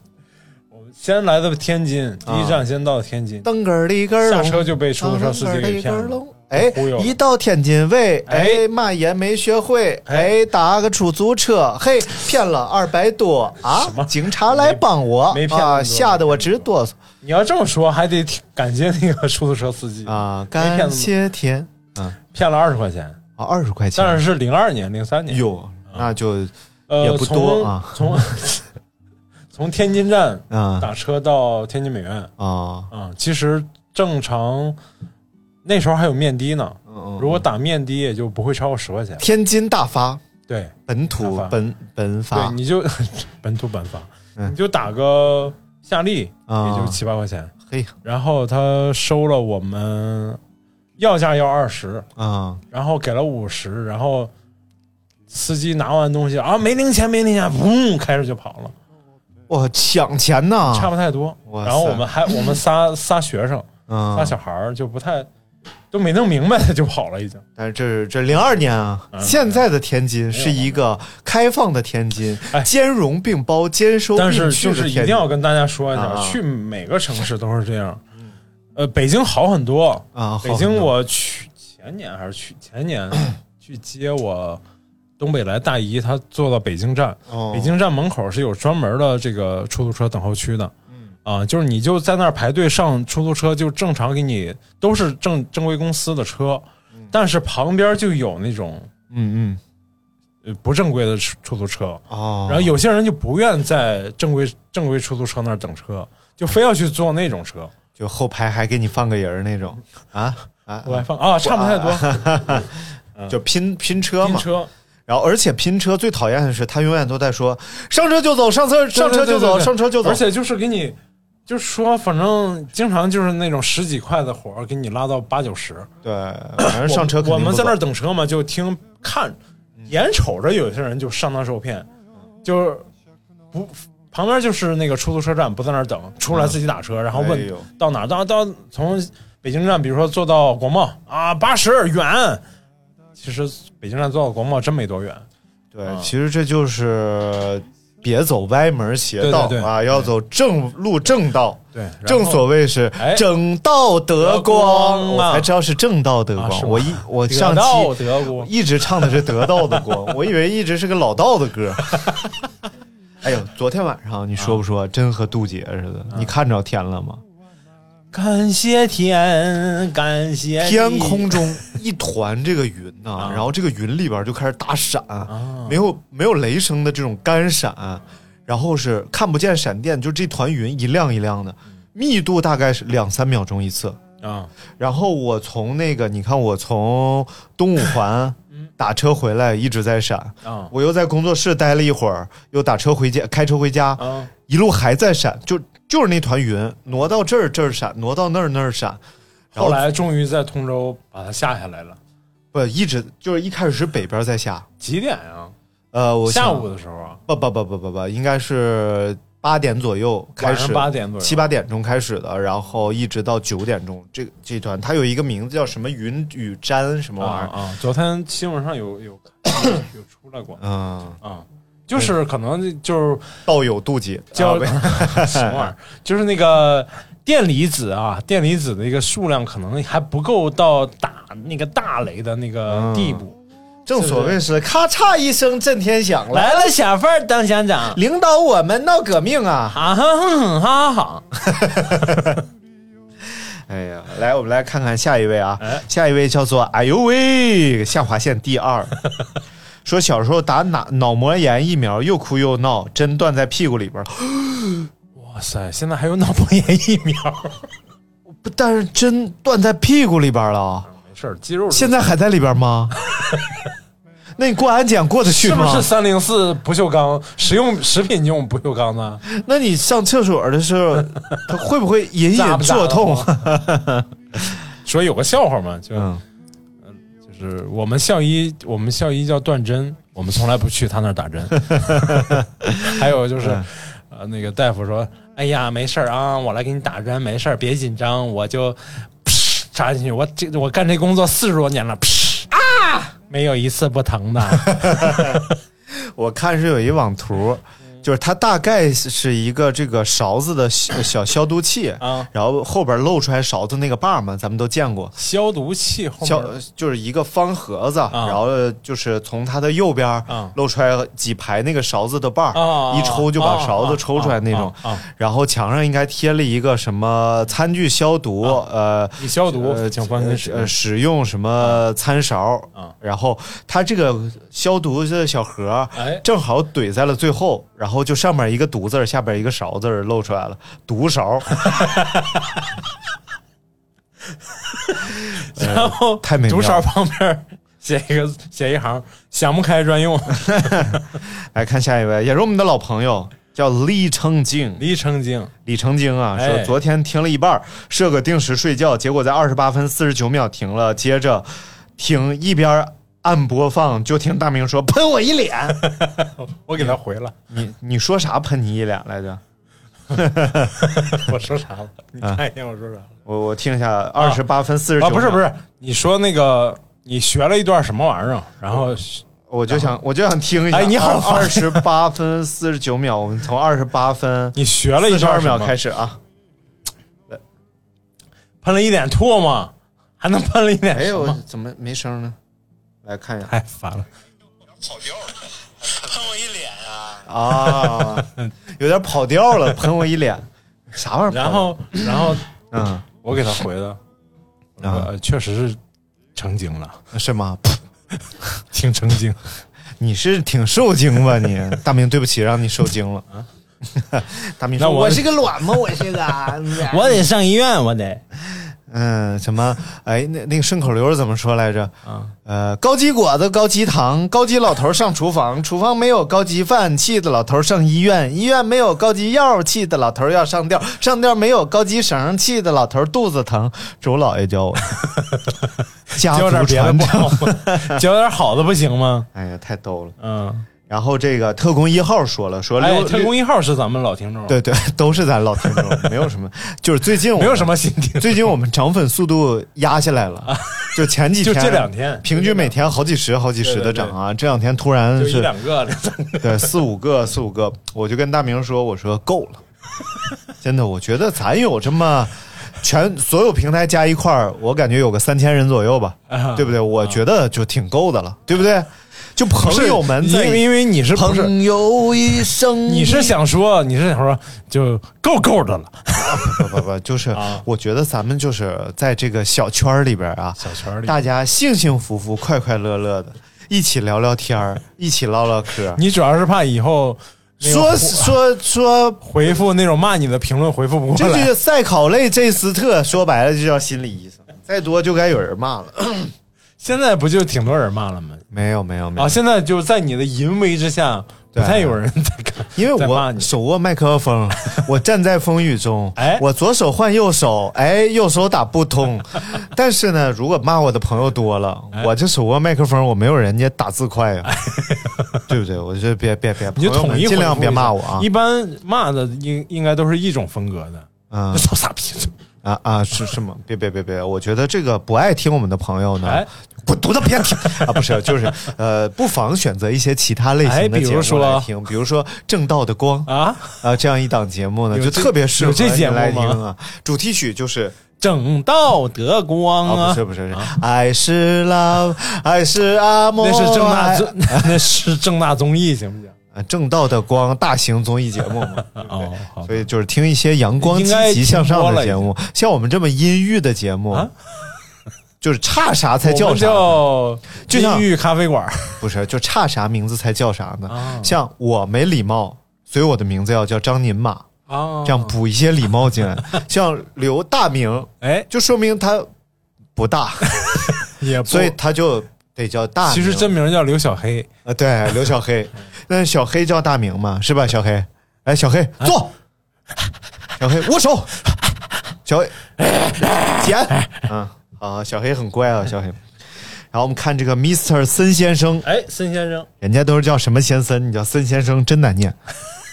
S4: 先来的天
S2: 啊
S4: 津，第一站先到天津，
S2: 噔个儿里个儿
S4: 下
S2: 隆，
S4: 车就被出租车司机
S2: 噔个儿
S4: 给骗
S2: 里个儿
S4: 了
S2: 隆。哎
S4: 忽悠，了
S2: 一到天津卫，
S4: 哎
S2: 哎，嘛也没学会，哎，打个出租车，嘿，骗了二百多啊！警察来帮我，
S4: 没没骗那么
S2: 啊，
S4: 多
S2: 吓得我直哆嗦
S4: 你要这么说，还得挺感谢那个出租车司机，
S2: 啊！
S4: 没骗那么多
S2: 感谢天
S4: 骗了二十块钱，
S2: 啊，二十块钱，
S4: 但是是零二年、零三年，
S2: 哟，那就
S4: 呃
S2: 也不多啊
S4: 从从从天津站
S2: 啊
S4: 打车到天津美院，
S2: 啊，
S4: 啊、其实正常那时候还有面的呢，
S2: 嗯
S4: 如果打面的也就不会超过十块钱。
S2: 天津大发，
S4: 对，
S2: 本土
S4: 大发
S2: 本本
S4: 对，
S2: 发
S4: 你就 本土本发，
S2: 嗯
S4: 你就打个夏利，
S2: 啊
S4: 也就七八块钱。
S2: 嘿，
S4: 然后他收了我们要价要二十，
S2: 啊
S4: 然后给了五十，然后司机拿完东西啊，没零钱，没零钱，嘣，开着就跑了，
S2: 哇，抢钱呐！
S4: 差不太多。
S2: 啊哇塞
S4: 然后我 们还我们仨仨学生仨
S2: 嗯，
S4: 小孩儿就不太都没弄明白，他就跑了已经。
S2: 但是这是这零二年啊，
S4: 嗯
S2: 现在的天津是一个开放的天津
S4: 哎，
S2: 兼容并包、兼收并
S4: 但
S2: 蓄的
S4: 是
S2: 天津。
S4: 就是一定要跟大家说一下，
S2: 啊
S4: 去每个城市都是这样。呃，北京好很多，
S2: 啊，好
S4: 北京我去前年还是去前年去接我东北来大姨，她坐到北京站，
S2: 哦
S4: 北京站门口是有专门的这个出租车等候区的。
S2: 嗯
S4: 啊，就是你就在那儿排队上出租车，就正常给你都是正正规公司的车，但是旁边就有那种
S2: 嗯嗯
S4: 呃不正规的出出租车，
S2: 哦，
S4: 嗯然后有些人就不愿在正规正规出租车那儿等车，
S2: 嗯
S4: 就非要去坐那种车。
S2: 就后排还给你放个人儿那种啊啊，
S4: 我还放啊，差不太多， 嗯
S2: 就拼拼车
S4: 拼
S2: 嘛。
S4: 车
S2: 然后而且拼车最讨厌的是，他永远都在说上车就走，上车上车就
S4: 对对对
S2: 走，
S4: 对
S2: 上车就走
S4: 而。且就是给你，就是说，反正经常就是那种十几块的活儿，给你拉到八九十。
S2: 对，反正上车肯定
S4: 我们
S2: 不
S4: 在那
S2: 走
S4: 儿等车嘛，就听看，眼瞅着有些人就上当受骗，就是不旁边就是那个出租车站，不在那儿等，出来自己打车，然后
S2: 哎
S4: 问
S2: 呦
S4: 到哪儿，到到从北京站，比如说坐到国贸啊，八十远。其实北京站坐到国贸真没多远，
S2: 对，
S4: 啊
S2: 其实这就是别走歪门邪
S4: 对
S2: 道
S4: 对对
S2: 啊，要走正路正道。
S4: 对然后
S2: 正所谓是
S4: 哎
S2: 正道德光，
S4: 德光啊
S2: 我才知道是正道德光
S4: 啊。是吗
S2: 我一我上
S4: 得道
S2: 期
S4: 德国
S2: 一直唱的是得道的光，我以为一直是个老道的歌。 哎呦，昨天晚上你说不
S4: 啊
S2: 说，真和杜姐似的？你看着天了吗？
S4: 感谢天，感谢地
S2: 天空中一团这个云呐、
S4: 哎啊
S2: 然后这个云里边就开始打闪，没有没有雷声的这种干闪，然后是看不见闪电，就这团云一亮一亮的，
S4: 嗯
S2: 密度大概是两三秒钟一次。
S4: 啊，
S2: 然后我从那个，你看我从东五环打车回来，一直在闪
S4: 嗯啊
S2: 我又在工作室待了一会儿，又打车回家，开车回家，
S4: 啊
S2: 一路还在闪，就就是那团云挪到这儿这儿闪，挪到那儿那儿闪，然
S4: 后
S2: 后
S4: 来终于在通州把它下下来了。
S2: 不一直就是一开始是北边在下，
S4: 几点啊？
S2: 呃，我
S4: 下
S2: 想
S4: 午的时候啊，
S2: 不不不不不不，应该是八点左右开
S4: 晚
S2: 始，
S4: 上八点左右
S2: 七八点钟开始的，然后一直到九点钟。这这团它有一个名字叫什么“云雨毡”什么
S4: 啊
S2: 玩意儿，
S4: 啊！昨天新闻上有有 有出来过
S2: 嗯，
S4: 啊，就是可能就是
S2: 道友渡己
S4: 叫、
S2: 啊
S4: 什么玩意儿，就是那个电离子啊，电离子的一个数量可能还不够到打那个大雷的那个地步。
S2: 正所谓是咔嚓一声震天响了，
S4: 来了小范儿当乡长，
S2: 领导我们闹革命啊！
S4: 啊哈哈哈哈！
S2: 哎呀，来，我们来看看下一位啊
S4: 哎，
S2: 下一位叫做哎呦喂，下划线第 二，说小时候打脑脑膜炎疫苗，又哭又闹，针断在屁股里边儿，
S4: 哇塞，现在还有脑膜炎疫苗，
S2: 不但是针断在屁股里边儿了，啊
S4: 没事儿，肌肉
S2: 现在还在里边儿 吗？那你过安检过得去
S4: 是不
S2: 吗？
S4: 是三零四不锈钢食用食品用不锈钢呢？
S2: 那你上厕所的时候，它会不会隐
S4: 扎
S2: 隐
S4: 不扎
S2: 作痛？
S4: 了说有个笑话嘛，就、
S2: 嗯
S4: 就是我们校医，我们校医叫段针，我们从来不去他那儿 打针。还有就是，
S2: 嗯
S4: 呃，那个大夫说：“哎呀，没事儿啊，我来给你打针，没事儿，别紧张，我就扎进去。我这我干这工作四十多年了，啊，没有一次不 疼的。
S2: 我看是有一网图，
S4: 嗯
S2: 就是它大概是一个这个勺子的小呃 小消毒器
S4: 啊
S2: 然后后边露出来勺子那个把儿嘛，咱们都见过。
S4: 消毒器后
S2: 小
S4: 面
S2: 就是一个方盒子，然后就是从它的右边
S4: 啊
S2: 露出来几排那个勺子的把儿，
S4: 啊
S2: 一抽就把
S4: 啊
S2: 勺子抽出来那种。
S4: 啊啊啊
S2: 然后墙上应该贴了一个什么餐具消毒，
S4: 啊
S2: 呃，
S4: 你消毒
S2: 呃
S4: 请放心使用
S2: 呃使用什么餐勺
S4: 啊
S2: 然后它这个消毒的小盒儿
S4: 哎
S2: 正好怼在了最后，然后就上面一个毒字儿，下边一个勺字儿露出来了，毒 勺，
S4: 然后
S2: 呃太美妙
S4: 竹勺旁边写一个写一行，想不开专用。
S2: 来看下一位，也是我们的老朋友，叫李成京，
S4: 离成精，
S2: 李成京啊，
S4: 哎
S2: 说昨天听了一半儿，设个定时睡觉，结果在二十八分四十九秒停了，接着停一边按播放，就听大明说喷我一脸，
S4: 我给他回了，
S2: 你你说啥喷你一脸来着？
S4: 我说啥了？
S2: 嗯
S4: 你看一眼我说啥了？
S2: 我我听一下，二十八分四十九，
S4: 啊，不是不，是，你说那个你学了一段什么玩意儿？然后
S2: 我就想我就想听一下，
S4: 哎你好
S2: 二十八分四十九秒，我们从二十八分
S4: 你学了一
S2: 四十
S4: 段
S2: 二
S4: 什么
S2: 秒开始啊，
S4: 喷了一脸唾沫，还能喷了一脸
S2: 哎
S4: 什
S2: 呦
S4: 么？，
S2: 怎么没声呢？来看一下
S4: 太 烦了！
S2: 啊，有点跑调 了，喷我一脸，啥玩意儿？
S4: 然后，然后
S2: 嗯。
S4: 我给他回的，我说
S2: 啊
S4: 呃确实是成精了，
S2: 是吗？
S4: 挺成精。
S2: 你是挺受惊吧 你？大明，对不起，让你受惊了。 大明说：“
S4: 那我
S2: 啊我是个卵吗？我是个……
S5: 我得上医院，我得
S2: 嗯，什么？哎，那那个顺口溜怎么说来着？
S4: 啊
S2: 呃，高级果子高级糖，高级老头上厨房，厨房没有高级饭，气的老头上医院，医院没有高级药，气的老头要上吊，上吊没有高级绳，气的老头肚子疼。主老爷 教我，家
S4: 教点
S2: 族
S4: 别的
S2: 传
S4: 不
S2: 承
S4: 好。吗？教点好的不行吗？
S2: 哎呀，太逗了。哎
S4: 嗯，
S2: 然后这个特工一号说了，说
S4: 哎，
S2: 溜
S4: 特工一号是咱们老听众，，
S2: 对对，都是咱老听众，没有什么，就是最近我
S4: 没有
S2: 们
S4: 什 么新听，
S2: 最近我们涨粉速度压下来 了，就前几
S4: 就
S2: 天
S4: 这两天
S2: 平均每天好几十、好几十的涨啊，这两天突然
S4: 就是一两个，两三 个
S2: 对四五个、四五个，我就跟大明说，我说够了，真的，我觉得咱有这么。全所有平台加一块儿，我感觉有个三千人左右吧，
S4: 啊
S2: 对不对？我觉得就挺够的了，对不对？就朋友们
S4: 因
S2: 在，
S4: 为因为你是不是？
S6: 朋友一生，
S4: 你是想说，你是想说，就够够的了，
S2: 不不不，就是
S4: 啊
S2: 我觉得咱们就是在这个小圈儿里边儿啊，
S4: 小圈儿里
S2: 大家幸幸福福、快快乐乐的，一起聊聊天儿，一起唠唠嗑儿。
S4: 你主要是怕以后那个
S2: 说
S4: 回
S2: 说说，
S4: 回复那种骂你的评论回复不过
S2: 这就
S4: 来，
S2: 是赛考类这斯特，说白了就叫心理医生。再多就该有人骂了。
S4: 现在不就挺多人骂了吗？
S2: 没有没有没有，
S4: 啊，现在就在你的淫威之下，不
S2: 对
S4: 太有人在看，
S2: 因为
S4: 在骂
S2: 我
S4: 你
S2: 手握麦克 风，我站在风雨中，
S4: 哎
S2: 我左手换右手，哎，右手打不通。但是呢，如果骂我的朋友多了，
S4: 哎
S2: 我这手握麦克风，我没有人家打字快呀、对不对？我就别别别，
S4: 你就
S2: 朋友们
S4: 统一
S2: 尽量
S4: 回复一
S2: 别
S4: 下
S2: 骂我啊
S4: 一！般骂的应应该都是一种风格的，
S2: 嗯
S4: 这都傻逼，
S2: 啊啊，是是吗？别别别别，我觉得这个不爱听我们的朋友呢
S4: 哎，
S2: 滚犊子别 听啊！不是，就是呃，不妨选择一些其他类
S4: 哎
S2: 型的
S4: 比
S2: 节
S4: 如
S2: 目来
S4: 说
S2: 听，比如说《正道的光》
S4: 啊，
S2: 啊，这样一档节目呢，
S4: 有
S2: 就
S4: 这
S2: 特别适合
S4: 有这节目
S2: 来听啊。
S4: 吗
S2: 主题曲就是
S4: 正道德光
S2: 啊，
S4: 啊
S2: 不是，不是，是爱是 love，爱是阿莫，
S4: 那是正大
S2: 爱
S4: 综， 那是正大综艺行不行？
S2: 啊正道的光大型综艺节目嘛。对 不对
S4: 哦，好
S2: 所以就是听一些阳光、积
S4: 应该
S2: 极向上
S4: 听多
S2: 的
S4: 了
S2: 节目，像我们这么阴郁的节目
S4: 啊，
S2: 就是差啥才
S4: 我
S2: 叫
S4: 们
S2: 啥。
S4: 叫
S2: 就像
S4: 地狱咖啡馆儿
S2: 不是，就差啥名字才叫啥呢？
S4: 啊
S2: 像我没礼貌，所以我的名字要叫张宁马，
S4: 啊
S2: 这样补一些礼貌 进来。像刘大明，
S4: 哎
S2: 就说明他不 大，
S4: 也不
S2: 所以他就得叫大明。
S4: 其实真名叫刘小黑，
S2: 啊，对，刘小黑，那小黑叫大明嘛，是吧？小黑，哎，小黑坐，小黑握手，小黑捡，嗯，啊，小黑很乖啊，小黑。然后我们看这个 Mr. 森先生，
S4: 哎，森先生，
S2: 人家都是叫什么先生，你叫森先生真难念，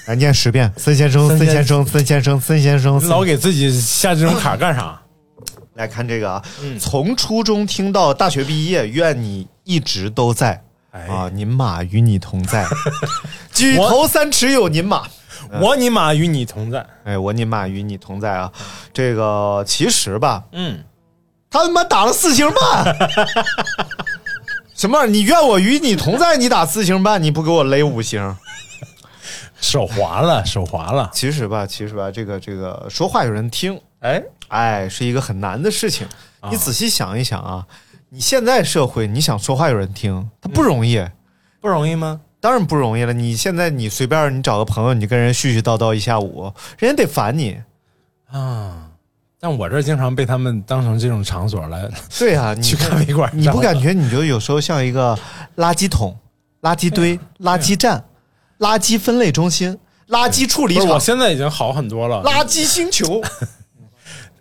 S2: 来念十遍，森先生，森先生，森先生，森先生。
S4: 你老给自己下这种卡 干啥？
S2: 来看这个啊，从初中听到大学毕业，愿你一直都在
S4: 哎
S2: 啊，您马与你同 在，举头三尺有您马。
S4: 我尼玛与你同在，
S2: 哎，我您马与你同在啊！这个其实吧，
S4: 嗯，
S2: 他他妈打了四星 半，什么玩意儿？你愿我与你同在，你打四星半，你不给我勒五星？
S4: 手滑了， 手滑了，
S2: 其实吧，其实吧，这个这个说话有人听，
S4: 哎，
S2: 哎，是一个很难的事情。
S4: 啊
S2: 你仔细想一想啊，你现在社会，你想说话有人听，它不容易。
S4: 不容易吗？
S2: 当然不容易了。你现在你随便你找个朋友，你就跟人絮絮叨叨一下午，人家得烦你。
S4: 啊，但我这儿经常被他们当成这种场所来
S2: 对啊，你
S4: 去咖啡馆，
S2: 你不感觉你就有时候像一哎个垃圾桶、垃圾堆、垃圾站、垃圾分类中心？垃圾处理
S4: 不是，我
S2: 厂、
S4: 现在已经好很多了，
S2: 垃圾星球。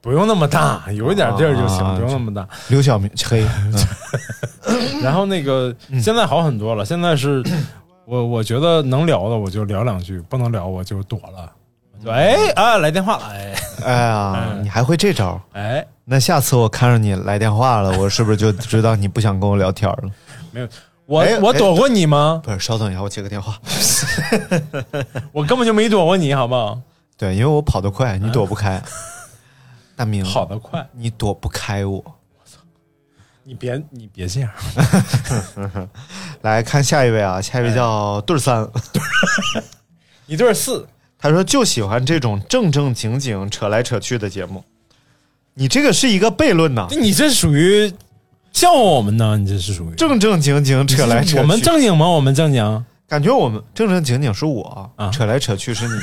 S4: 不用那么大，有一点地儿就行，
S2: 啊
S4: 不用那么大。
S2: 刘晓明嗯黑，
S4: 然后那个
S2: 嗯
S4: 现在好很多了，现 在是我我觉得能聊的我就聊两句，不能聊我就躲了。就哎啊，来电话了，哎
S2: 哎呀，你还会这招？
S4: 哎，
S2: 那下次我看上你来电话了，我是不是就知道你不想跟我聊天了？
S4: 没有，我、
S2: 哎
S4: 我躲过你吗？
S2: 不是，稍等一下，我接个电话。
S4: 我根本就没躲过你，好不好？
S2: 对，因为我跑得快，你躲不开。大明，
S4: 跑得快，
S2: 你躲不开我。
S4: 你别你别这样，
S2: 来看下一位啊，下一位
S4: 哎
S2: 叫对儿三，
S4: 一对儿四，
S2: 他说就喜欢这种正正经经、扯来扯去的节目。你这个是一个悖论呐，
S4: 你这属于笑话我们呢？你这是属于
S2: 正正经经扯来扯去。
S4: 我们正经吗？我们正经，
S2: 感觉我们正正经经是我，
S4: 啊
S2: 扯来扯去 是你，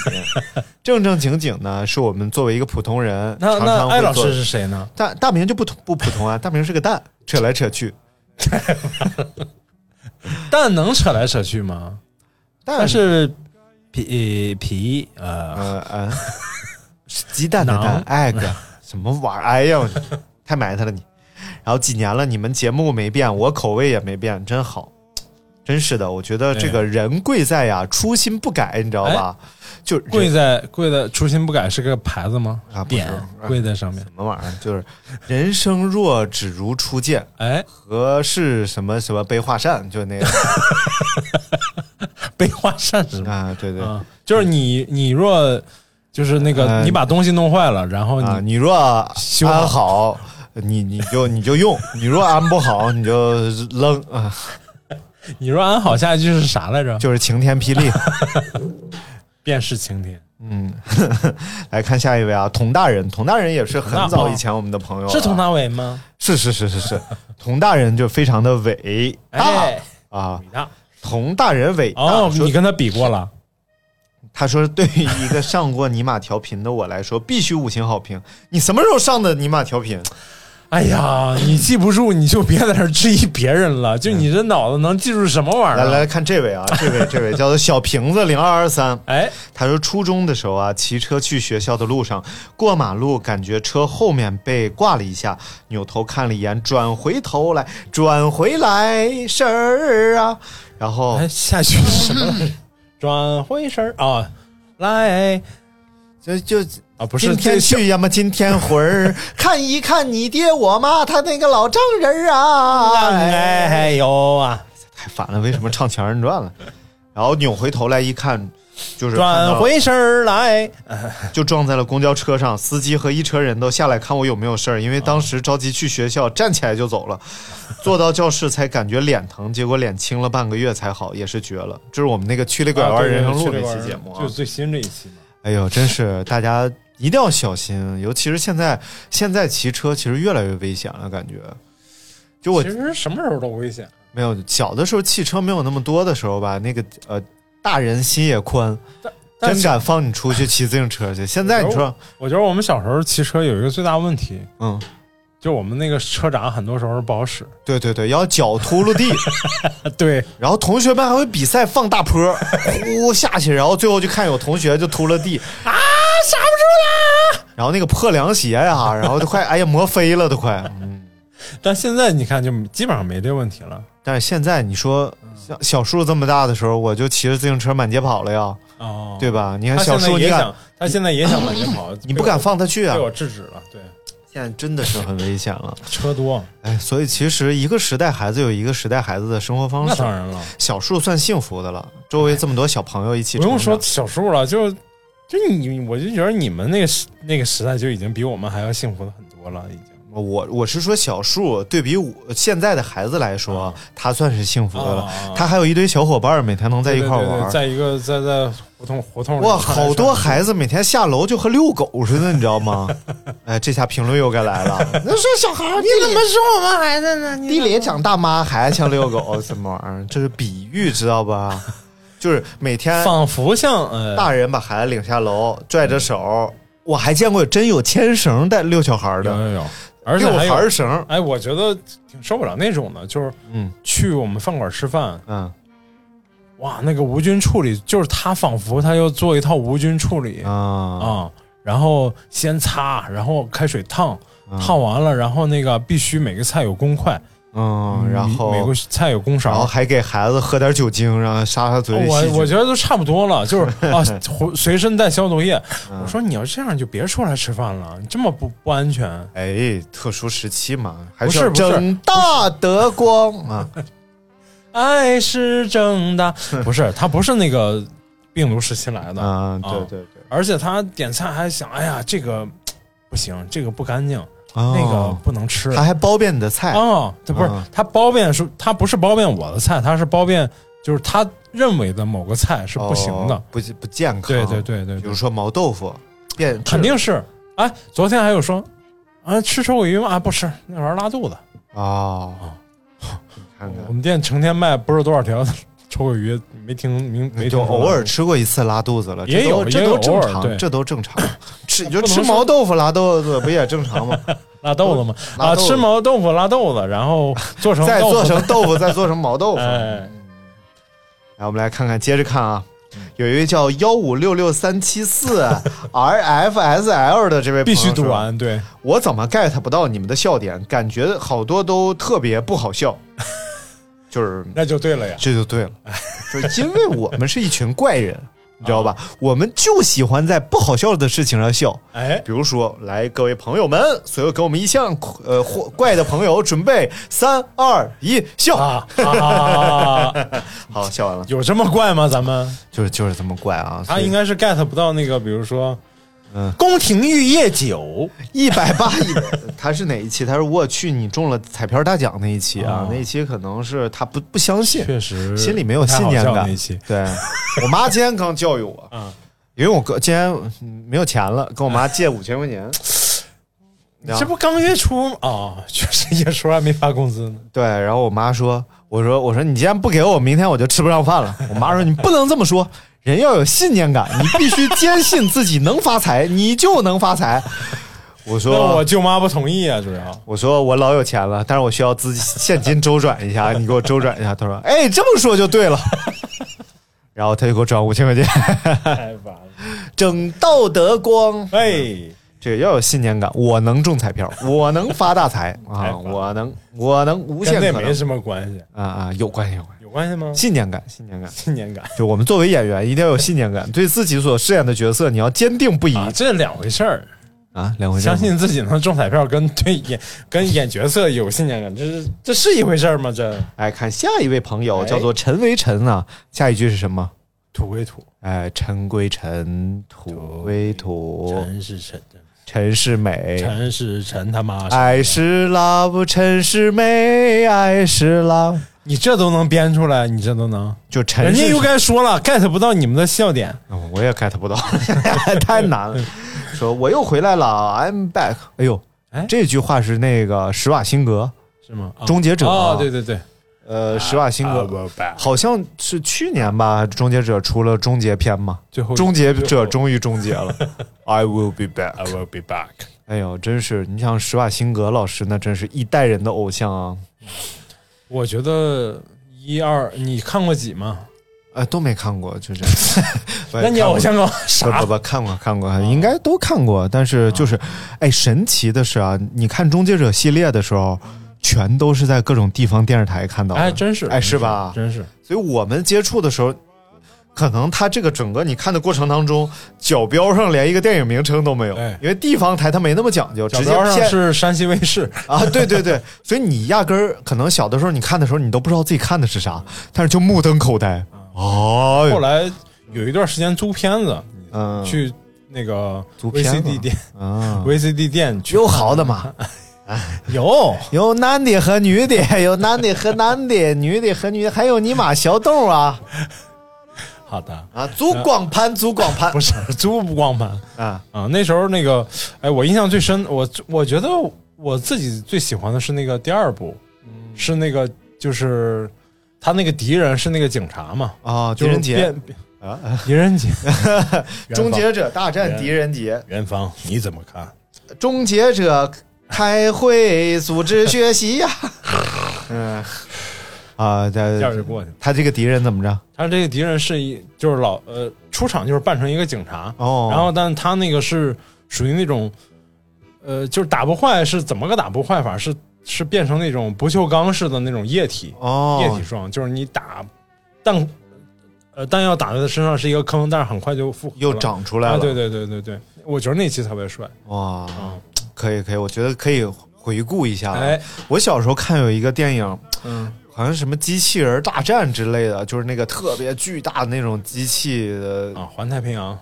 S2: 正正经经呢是我们作为一个普通人
S4: 那
S2: 常常
S4: 那艾
S2: 会
S4: 老
S2: 做
S4: 师是谁呢？
S2: 大大明就不同不普通啊，大明是个蛋，扯来扯去，
S4: 蛋能扯来扯去吗？
S2: 但
S4: 但是皮皮呃，
S2: 呃 呃，是鸡蛋的蛋
S4: 囊
S2: egg 什么玩意儿？哎呀，太埋汰了你。然后几年了，你们节目没变，我口味也没变，真好，真是的。我觉得这个人贵在呀，初心不改，你知道吧？
S4: 哎
S2: 就人
S4: 跪在跪在初心不改是个牌子吗？
S2: 啊不是
S4: 点跪在上面
S2: 什，么玩意儿，就是人生若只如初见，
S4: 哎，
S2: 何事什么什么悲画扇，就那个
S4: 背花扇是吗？
S2: 啊，对对
S4: 啊，就是你你若就是那个
S2: 嗯
S4: 你把东西弄坏了，然后
S2: 啊，
S4: 你
S2: 你若
S4: 修
S2: 安好，你你就你就用；你若安不好，你就扔啊，
S4: 你若安好，下一句是啥来着？
S2: 就是晴天霹雳。
S4: 便是晴天，
S2: 嗯，来看下一位啊，佟大人，佟大人也是很早以前我们的朋友了，
S4: 是佟大为吗？
S2: 是是是是是，佟大人就非常的伟大
S4: 哎，
S2: 啊
S4: 伟，大
S2: 佟大人伟大。
S4: 哦，
S2: 说
S4: 你跟他比过了，
S2: 他说，对于一个上过尼玛调频的我来说， 必须五星好评。你什么时候上的尼玛调频？
S4: 哎呀，你记不住，你就别在这儿质疑别人了。就你这脑子能记住什么玩意
S2: 嗯来
S4: 儿？
S2: 来，看这位啊，这位这位叫做小瓶子零二二三，
S4: 哎，
S2: 他说初中的时候啊，骑车去学校的路上，过马路感觉车后面被挂了一下，扭头看了一眼，转回头来，转回来神儿啊，然后
S4: 哎，下去是什么来着？转回身儿啊，来
S2: 就就
S4: 啊，不
S2: 今
S4: 是
S2: 天
S4: 这
S2: 去呀嘛，今天回儿看一看你爹我妈他那个老丈人儿啊，
S4: 哎呦啊，
S2: 太烦了，为什么唱《强人传》了？然后扭回头来一看，就是看到
S4: 转
S2: 了
S4: 回身儿来，
S2: 就撞在了公交车上，司机和一车人都下来看我有没有事儿，因为当时着急去学校，站起来就 走了，坐到教室才感觉脸疼，结果脸青了半个月才好，也是绝了。这是我们那个曲里拐
S4: 啊
S2: 弯
S4: 对对
S2: 人生
S4: 去
S2: 路
S4: 这
S2: 那
S4: 玩
S2: 期
S4: 儿
S2: 节目啊
S4: 就，最新这一期嘛。
S2: 哎呦，真是大家一定要小心，尤其是现在现在骑车其实越来越危险了，感觉。就我
S4: 其实什么时候都危险，
S2: 没有小的时候汽车没有那么多的时候吧，那个呃大人心也宽，
S4: 但
S2: 真
S4: 是
S2: 敢放你出去骑自行车去。现在你说，
S4: 我觉得我们小时候骑车有一个最大问题，
S2: 嗯。
S4: 就我们那个车闸很多时候是不好使。
S2: 对对对，要脚秃噜地，
S4: 对，
S2: 然后同学们还会比赛放大坡，呼下去，然后最后就看有同学就秃了地啊，刹不住啦，然后那个破凉鞋呀、然后都快哎呀磨飞了都快，嗯。
S4: 但现在你看就基本上没这问题了
S2: 但是现在你说像小树这么大的时候，我就骑着自行车满街跑了呀，
S4: 哦
S2: 对吧？你看
S4: 他
S2: 小
S4: 现在
S2: 树，你
S4: 也
S2: 敢
S4: 想，他现在也想往前跑，
S2: 你不敢放他去
S4: 被
S2: 啊
S4: 我，被？我制止了。对，
S2: 现在真的是很危险了。
S4: 车多，
S2: 哎，所以其实一个时代孩子有一个时代孩子的生活方
S4: 那
S2: 式
S4: 当，然了，
S2: 小树算幸福的了，周围这么多小朋友一起
S4: 不用
S2: 成长
S4: 说小树了，就就你，我就觉得你们那个时那个时代就已经比我们还要幸福的很多了，已经。
S2: 我我是说小树对比我现在的孩子来说，他算是幸福的了。
S4: 啊
S2: 他还有一堆小伙伴每天能在一块儿
S4: 对对对
S2: 玩。
S4: 在一个在在胡同胡同里
S2: 哇，
S4: 看着
S2: 好多
S4: 上
S2: 孩子每天下楼就和遛狗似的，你知道 吗？哎，这下评论又该来了。 那说小孩儿，你怎么说我们孩子呢？地里长大妈还像遛狗，什么玩意儿？这是比喻，知道吧？就是每天
S4: 仿佛像呃
S2: 大人把孩子领下楼，拽着手。我还见过真有牵绳带遛小孩儿
S4: 有
S2: 的，
S4: 有有，而且
S2: 遛
S4: 还
S2: 孩儿
S4: 有
S2: 绳儿。
S4: 哎，我觉得挺受不了那种的，就是
S2: 嗯
S4: 去我们饭馆吃饭，
S2: 嗯，
S4: 哇，那个无菌处理就是他仿佛他要做一套无菌处理啊、
S2: 啊
S4: 然后先擦，然后开水烫，
S2: 啊
S4: 烫完了，然后那个必须每个菜有公筷，
S2: 嗯，然后
S4: 每个菜有公
S2: 然后
S4: 勺。
S2: 还给孩子喝点酒精，让他杀杀嘴里细
S4: 我
S2: 菌。
S4: 我觉得都差不多了，就是 啊，随随身带消毒液。
S2: 嗯
S4: 我说你要这样就别出来吃饭了，你这么不不安全。
S2: 哎，特殊时期嘛，还
S4: 不是
S2: 要
S4: 不是嗯
S2: 正大德光啊，
S4: 爱是正 大，不是他不是那个病毒时期来的，
S2: 啊，对
S4: 啊
S2: 对对，
S4: 而且他点菜还想，哎呀，这个不行，这个不干净，那个
S2: 哦
S4: 不能吃。
S2: 他还包遍你的菜，
S4: 啊，他不是
S2: 啊
S4: 他包遍是，他不是包遍我的菜，他是包遍就是他认为的某个菜是不行的。
S2: 哦，不不健康。
S4: 对对对对
S2: 比
S4: 对
S2: 如，说毛豆腐，变
S4: 肯定是。哎，昨天还有说，啊，吃臭鳜鱼吗？啊，不吃，那玩意儿拉肚子。
S2: 哦，你看
S4: 我
S2: 看，
S4: 们店成天卖不是多少条 臭鳜鱼，没听明没
S2: 也
S4: 听
S2: 就
S4: 说过
S2: 偶尔吃过一次拉肚子了，
S4: 也有
S2: 这
S4: 也
S2: 都这都
S4: 有
S2: 正
S4: 偶尔对
S2: 常，这都 正常。吃你就
S4: 不能
S2: 吃
S4: 说
S2: 毛豆腐拉肚子不也正常 吗？
S4: 拉豆子吗？
S2: 拉
S4: 啊，
S2: 豆子
S4: 吃毛豆腐拉豆子，然后做 成
S2: 再
S4: 豆
S2: 做
S4: 腐
S2: 成豆腐，再做成毛豆腐。
S4: 哎，
S2: 来，我们来看看，接着看啊，有一位叫幺五六六三七四 RFSL 的这位
S4: 必
S2: 朋
S4: 须
S2: 友
S4: 读
S2: 说，
S4: 完。对，
S2: 我怎么 get 不到你们的笑点？感觉好多都特别不好 笑，就是
S4: 那就对了呀。
S2: 这就对了，就是因为我们是一群怪 人，你知道吧？我们就喜欢在不好笑的事情上笑。
S4: 哎，
S2: 比如说，来各位朋友们，所有跟我们一向呃或怪的朋友，准备三二一，笑！
S4: 啊啊！
S2: 好，笑完了，
S4: 有这么怪吗？咱们
S2: 就是就是这么怪啊！
S4: 他应该是 get 不到那个，比如说，
S2: 嗯
S4: 宫廷玉液酒
S2: 一百 八一，他是哪一期？他说我去，你中了彩票大奖那一期啊，
S4: 哦
S2: 那一期可能是他不不相信，
S4: 确实
S2: 心里没有信念
S4: 太好笑
S2: 感
S4: 那一期。
S2: 对我妈今天刚教育我，
S4: 啊，
S2: 因为我哥今天嗯没有钱了，跟我妈借五千块钱。然 后
S4: 这不刚月初吗？啊，确实月初还没发工资呢。
S2: 对，然后我妈说：“我说我说你既然不给我，明天我就吃不上饭 了。”我妈说：“你不能这么说，人要有信念感，你必须坚信自己能发财，你就能发财。”我
S4: 那
S2: 说：“
S4: 我舅妈不同意啊，主要
S2: 我说我老有钱了，但是我需要资金现金周转一下，你 给我周转一下。他说，哎，这么说就对了。 然后他就给我转五千块钱，
S4: 太烦了。
S2: 整道德光，
S4: 哎，
S2: 这个要有信念感，我能中彩票，我能发大财
S4: 太
S2: 啊，
S4: 棒 了
S2: 我能，我能无限
S4: 哎跟那
S2: 可
S4: 没
S2: 能
S4: 什么关系，
S2: 啊啊，有关系有关
S4: 有关系吗
S2: 系，？信念感，信念感。
S4: 信念感
S2: 就我们作为演员，一定要有信念感，对自己所饰演的角色，你要坚定不移
S4: 啊，这两回事儿。
S2: 啊。两回事儿
S4: 相
S2: 吗，
S4: 信自己能中彩票，跟对演跟演角色有信念感，这是这是一回事儿吗？这
S2: 哎，看下一位朋友
S4: 哎
S2: 叫做陈维晨啊，下一句是什么？
S4: 土归土，
S2: 哎，尘归尘，土归土，
S5: 陈是陈，
S2: 尘是美，
S5: 陈是陈他妈是。
S2: 爱是 love，尘是美，爱是 love，
S4: 你这都能编出来，你这都能，
S2: 就尘
S4: 人
S2: 是
S4: 家又该说了，get 不到你们的笑点，
S2: 哦我也 get 不到， 太难了。说我又回来了，I'm back。哎呦，
S4: 哎
S2: 这句话是那个施瓦辛格，
S4: 是吗？啊
S2: 终结者
S4: 啊，对对对，
S2: 呃，施瓦辛
S4: 啊
S2: 格。
S4: 我白
S2: 好像是去年吧，《终结者》出了终结篇嘛，
S4: 最后
S2: 《终结
S4: 最
S2: 者
S4: 后》
S2: 终于终结了。I will be back。
S4: ，I will be back。
S2: 哎呦，真是你像施瓦辛格老师，那真是一代人的偶像啊！
S4: 我觉得一二，你看过几吗？
S2: 呃，都没看过，就这。
S4: 那你偶像搞
S2: 不
S4: 啥啊
S2: 不不，看过看过，应该都看过。但是就是，哎，神奇的是啊，你看《终结者》系列的时候，全都是在各种地方电视台看到的。
S4: 哎，真是，
S2: 哎是吧
S4: 真是，
S2: 所以我们接触的时候，可能他这个整个你看的过程当中，角标上连一个电影名称都没有，
S4: 哎
S2: 因为地方台它没那么讲究，
S4: 角
S2: 直接
S4: 标上
S2: 片
S4: 是山西卫 视，
S2: 啊，对对对，所以你压根儿可能小的时候你看的时候，你都不知道自己看的是啥，但是就目瞪口呆。哦，
S4: 嗯后来有一段时间租片子，
S2: 嗯，
S4: 去那个
S2: 租片子
S4: VCD 店
S2: 啊，
S4: ，VCD 店去
S2: 有 好的嘛，
S4: 有
S2: 有男的和女的，有男的和男的，女的和女的，还有你妈小豆啊
S4: 好的，
S2: 啊，租光盘，租光盘
S4: 不是租不光盘
S2: 啊，
S4: 啊。那时候那个，哎，我印象最深，我我觉得我自己最喜欢的是那个第二部，是那个就是他那个敌人是那个警察嘛，
S2: 啊，狄
S4: 就
S2: 仁
S4: 是
S2: 杰
S4: 变狄仁杰，
S2: 《 终结者大战狄仁杰》。
S4: 元芳你怎么看？
S2: 终结 者开会组织学习呀、嗯，啊，他
S4: 一下就过去了。
S2: 他这个敌人怎么着？
S4: 他这个敌人是一就是老呃出场就是扮成一个警察，
S2: 哦，
S4: 然后但他那个是属于那种，呃，就是打不坏是怎么个打不坏法？是是变成那种不锈钢式的那种液体、
S2: 哦，
S4: 液体状，就是你打弹呃弹药打在他身上是一个坑，但是很快就复活了
S2: 又长出来了，
S4: 啊对对对对对，我觉得那期特别帅
S2: 哇，
S4: 啊！
S2: 可以可以，我觉得可以回顾一下。
S4: 哎，
S2: 我小时候看有一个电影，
S4: 嗯，
S2: 好像什么机器人大战之类的，就是那个特别巨大的那种机器的，
S4: 啊，环太平洋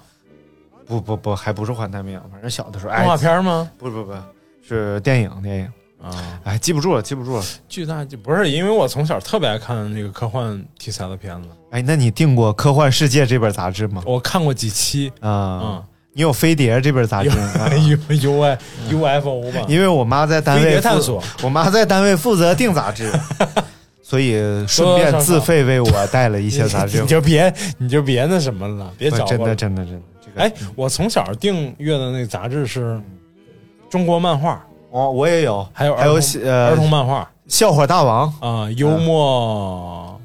S2: 不不不，还不是环太平洋，反正小的时候，
S4: 动
S2: 哎，
S4: 画片吗？
S2: 不不不，是电影电影，
S4: 啊，
S2: 哎，记不住了，记不住了。
S4: 巨大就不是因为我从小特别爱看那个科幻题材的片子，
S2: 哎，那你订过《科幻世界》这本杂志吗？
S4: 我看过几期，
S2: 啊、
S4: 嗯，
S2: 你有《飞碟》这本杂志吗？
S4: U U I
S2: 嗯
S4: U F O 吧，
S2: 因为我妈在单
S4: 啊飞
S2: 位
S4: 碟
S2: 负
S4: 探索，
S2: 我妈在单位负责订杂 志，所以顺便自费为我带 了一些杂志
S4: 你。 就别你就别那什么了，别
S2: 不
S4: 搅和
S2: 真的
S4: 了。
S2: 真的真的，这个
S4: 哎，我从小订阅的那杂志是中国漫画，
S2: 哦，我也有，
S4: 还有
S2: 还有
S4: 儿
S2: 喜
S4: 童
S2: 呃嗯
S4: 儿童漫画
S2: 笑话大王。
S4: 啊，幽默，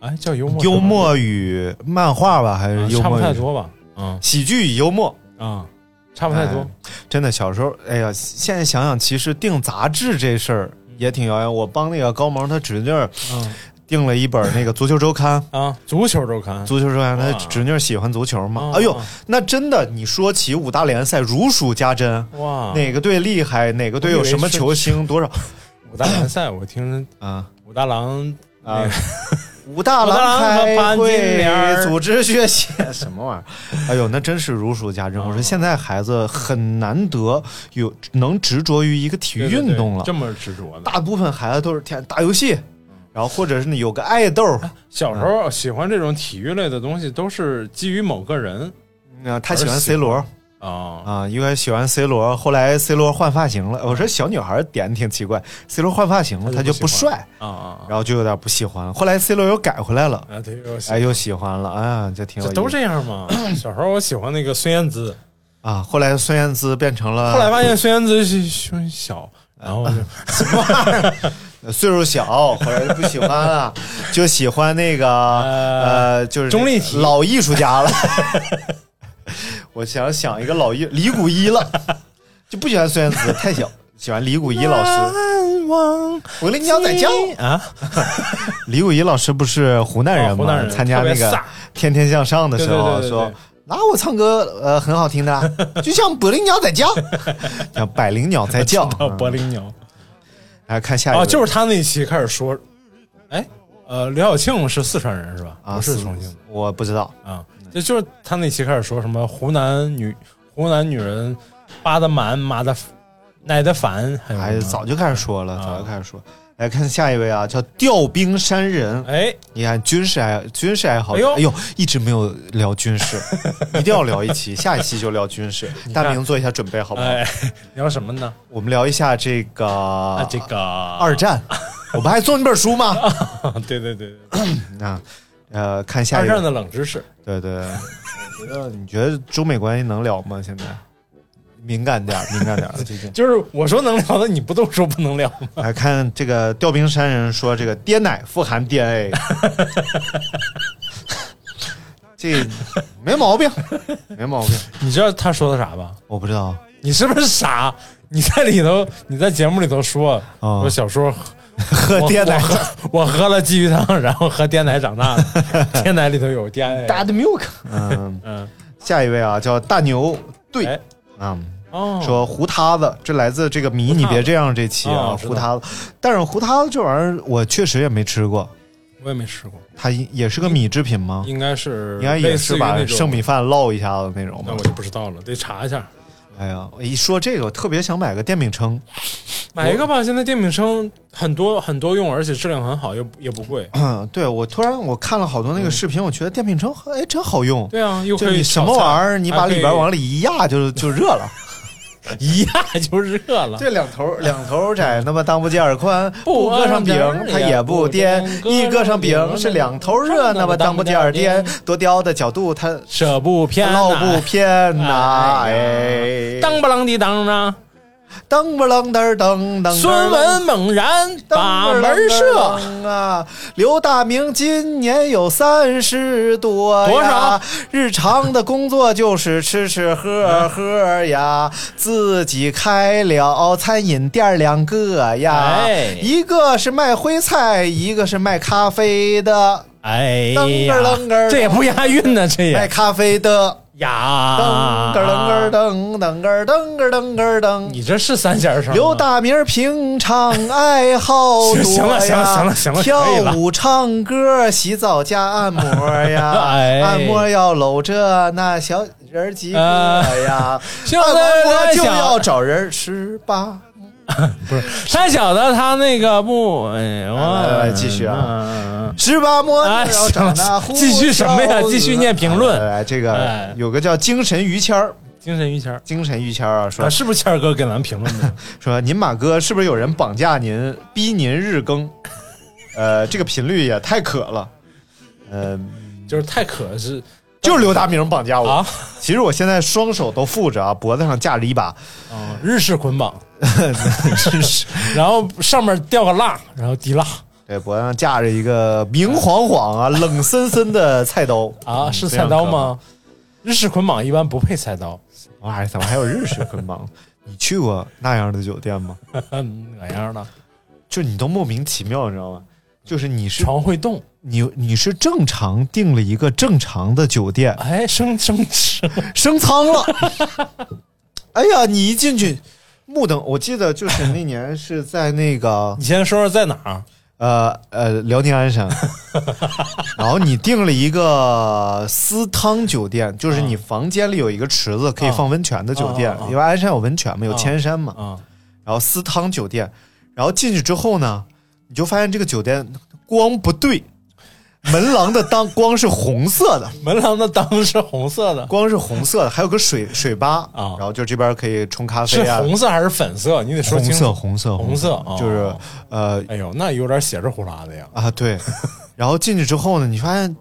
S4: 哎，叫幽默什么，
S2: 幽默与漫画吧，还
S4: 啊
S2: 是幽
S4: 差不
S2: 默
S4: 太
S2: 与
S4: 多吧？嗯
S2: 喜剧与幽默？
S4: 啊，差不太多
S2: 哎。真的，小时候，哎呀，现在想想，其实订杂志这事儿也挺遥远。我帮那个高萌他侄女儿
S4: 嗯
S2: 订了一本那个《足球周刊》
S4: 啊，足球周刊，，
S2: 足球周刊，他
S4: 哇
S2: 侄女儿喜欢足球嘛？
S4: 啊
S2: 哎呦，那真的，你说起五大联赛如数家珍，
S4: 哇，
S2: 哪个队厉害，哪个队有什么球星， 多少
S4: 武大联赛，我听
S2: 啊
S4: 武大郎
S2: 啊
S4: 那个！
S2: 武大
S4: 郎
S2: 郎
S4: 和
S2: 开
S4: 潘金
S2: 会
S4: 莲
S2: 组织 学习什么玩意儿？哎呦，那真是如数家珍。
S4: 啊
S2: 我说现在孩子很难得有能执着于一个 体育
S4: 对对对
S2: 运动了，
S4: 这么嗯执着的。
S2: 大部分孩子都是天打游戏，然后或者是有个爱豆，
S4: 小
S2: 嗯
S4: 时候喜欢这种体育类的东西，都是基于某个人
S2: 啊，他喜欢
S4: 儿
S2: C
S4: 媳
S2: 罗
S4: 啊
S2: 啊，因为喜欢 C 罗，后来 C 罗换发型了。我说小女孩点挺奇怪，C 罗换发型了，
S4: 她就
S2: 他就
S4: 不
S2: 不
S4: 喜欢
S2: 帅，
S4: 啊啊
S2: 然后就有点不喜欢。后来 C 罗又改回来了，
S4: 啊！对，我喜
S2: 哎，又喜欢了，啊，这挺有
S4: 这
S2: 意思
S4: 都这 样嘛。小时候我喜欢那个孙燕姿，
S2: 啊。后来孙燕姿变成了，
S4: 后来发现孙燕姿是胸
S2: 啊
S4: 小，然后就
S2: 呃岁数小，后来就不喜欢了，就喜欢那个呃，就是
S4: 钟丽缇
S2: 老艺术家了。 我想想一个老艺李谷一了，就不喜欢孙燕姿，太小，喜欢李谷一老师。
S4: 难忘
S2: 我的鸟仔叫
S4: 啊，
S2: 李谷一老师不是湖南人
S4: 啊
S2: 吗？
S4: 湖南人
S2: 参加那
S4: 特别
S2: 个
S4: 飒
S2: 《天天向上》的时候
S4: 对对对对
S2: 说
S4: 对。
S2: 哪我唱歌呃很好听的啊， 就像百灵鸟在叫， 像百灵鸟在 叫。嗯
S4: 到柏林鸟
S2: 来看下一
S4: 啊，
S2: 个，
S4: 就是他那期开始说，哎，呃，刘晓庆是四川人是吧？
S2: 啊，
S4: 不是
S2: 四
S4: 重庆的
S2: 我不知道。
S4: 啊，这就是他那期开始说什么湖南女湖南女人扒的蛮，麻的奶的烦，还有
S2: 哎，
S4: 什么
S2: 早就开始说了，
S4: 嗯啊
S2: 早就开始说。来看下一位啊，叫调兵山人。
S4: 哎
S2: 你看军事爱军事爱好者，
S4: 哎呦
S2: 哎呦，一直没有聊军事， 一定要聊一期，下一期就聊军 事。
S4: 看
S2: 大明做一下准备好不好？
S4: 哎， 聊什么呢？
S2: 我们聊一下这个
S4: 啊，
S2: 啊
S4: 这个
S2: 二 战，我不还送你本书吗？
S4: 对对对，
S2: 啊，呃，看下
S4: 二
S2: 一
S4: 战
S2: 个，
S4: 的冷知识，
S2: 对对，对我觉得你觉得中美关系能聊吗？现在敏感点儿， 敏感点儿，最近。
S4: 就是我说能聊的，你不都说不能聊吗？
S2: 来看这个调兵山人说，这个爹奶富含 DNA，这没毛病，没毛 病。
S4: 你知道他说的啥吧？
S2: 我不知道，
S4: 你是不是傻？你在里头，你在节目里头说，
S2: 哦
S4: 说小时候
S2: 喝
S4: 我
S2: 爹奶
S4: 我啊 喝我喝了鲫鱼汤，然后喝爹奶长大 的，爹奶里头有哎 DNA。
S2: dad milk。嗯，
S4: 嗯，
S2: 下一位啊，叫大牛，对
S4: 哎，
S2: 啊、
S4: 哦，
S2: 说胡塌子，这来自这个迷，
S4: 胡塌子
S2: 你别这样这期啊，
S4: 哦知道
S2: 胡塌子。但是胡塌子这玩意儿，我确实也没吃过，
S4: 我也没吃过，
S2: 它也是个米制品吗？
S4: 啊应该是
S2: 应该也
S4: 类似
S2: 是
S4: 于
S2: 把
S4: 那
S2: 剩
S4: 种，
S2: 米饭烙一下子那种吧
S4: 那我。就不知道了，得查一下，
S2: 哎呀，我一说这个，我特别想买个电饼铛。
S4: 买一个吧。现在电饼铛很多很多用，而且质量很好，又不也不贵。
S2: 嗯，对，我突然我看了好多那个视频，我觉得电饼铛哎真好用。
S4: 对啊，又
S2: 就
S4: 可以
S2: 你什
S4: 炒
S2: 么
S4: 菜啊
S2: 玩意儿，你把里边往里一压就就热了。
S4: 还可以一压就热了。
S2: 这两头 两头窄，那么裆部见儿宽，
S4: 不
S2: 搁
S4: 搁
S2: 上
S4: 上
S2: 饼
S4: 饼
S2: 它
S4: 它
S2: 也
S4: 也
S2: 不
S4: 不
S2: 颠
S4: 颠，
S2: 一
S4: 一
S2: 搁
S4: 搁
S2: 上
S4: 上
S2: 饼
S4: 饼
S2: 是
S4: 是
S2: 两
S4: 两
S2: 头
S4: 头
S2: 热，
S4: 热
S2: 那
S4: 那
S2: 么
S4: 么
S2: 裆
S4: 裆
S2: 部
S4: 部
S2: 见
S4: 见
S2: 儿
S4: 儿
S2: 颠
S4: 颠，
S2: 多刁的角度它
S4: 舍不偏
S2: 烙
S4: 呐，
S2: 不偏呐。
S4: 哎
S2: 哎，
S4: 当不啷的当呢，
S2: 噔不楞噔噔噔。
S4: 孙文猛然把门射，
S2: 啊！刘大明今年有三十多呀
S4: 多少？
S2: 日常的工作就是吃吃
S4: 嗯
S2: 喝喝呀，自己开了餐饮店两个呀，
S4: 哎
S2: 一个是卖徽菜，一个是卖咖啡的，
S4: 哎
S2: 噔
S4: 呀
S2: 个楞个，
S4: 这也不押韵呢，这
S2: 卖
S4: 也
S2: 咖啡的。
S4: 呀啊
S2: 噔，个噔个噔噔个噔个噔个噔。
S4: 你这是三弦声吗？
S2: 刘大明平常爱好多呀，
S4: 行了行了行了行了
S2: 跳
S4: 可以了
S2: 舞、唱歌、洗澡加按摩呀，
S4: 哎
S2: 按摩要搂着那小人儿几个 呀，
S4: 现
S2: 按
S4: 啊在
S2: 摩
S4: 在
S2: 就要
S4: 想，
S2: 找人十八。
S4: 太小的他那个不，哎
S2: 来来来继续啊
S4: 啊，
S2: 十八摸
S4: 哎
S2: 就要长
S4: 行
S2: 大
S4: 了
S2: 胡
S4: 继续什么呀
S2: 小子
S4: 继续念评论
S2: 来来来这个
S4: 哎
S2: 有个叫精神于谦儿，
S4: 精神于谦儿
S2: 精神于谦儿啊，说
S4: 啊，是不是谦儿哥给咱们评论 的？
S2: 说您马哥是不是有人绑架您，逼您日更？呃，这个频率也太可了。呃，
S4: 就是太可是
S2: 就是刘大明绑架我。
S4: 啊
S2: 其实我现在双手都负着啊，脖子上架着一把，
S4: 啊，日式捆 绑，
S2: 真是
S4: 然后上面吊个蜡，然后滴蜡
S2: 对，脖子上架着一个明晃晃 啊、冷森森的菜刀嗯
S4: 啊，是菜刀？吗？日式捆绑一般不配菜刀，
S2: 哇，还怎么还有日式捆绑？ 你去过那样的酒店吗？
S4: 嗯哪样的？
S2: 就你都莫名其妙，你知道吗？就是你是
S4: 床会动，
S2: 你你是正常订了一个正常的酒店，
S4: 哎，生生吃，
S2: 升舱 了。哎呀，你一进去，目瞪。我记得就是那年是在那个
S4: 你先说说在哪儿？
S2: 呃呃辽宁鞍 山，然后你订了一个私汤酒店，就是你房间里有一个池子可以放温泉的酒店
S4: 啊啊啊，啊
S2: 因为鞍山有温泉嘛，有千山嘛。
S4: 啊，
S2: 然后私汤酒店，然后进去之后呢，你就发现这个酒店光不对，门廊的当光是红色 的。
S4: 门廊的灯是红色的，
S2: 光是红色的，还有个水水吧
S4: 啊
S2: 然后就这边可以冲咖
S4: 是
S2: 啡啊，
S4: 红色还是粉色？你得说
S2: 红
S4: 清
S2: 色
S4: 楚。
S2: 红色
S4: 红色哦
S2: 就是呃
S4: 哎呦，那有点血之呼啦的呀！
S2: 啊对，然后进去之后呢，你发现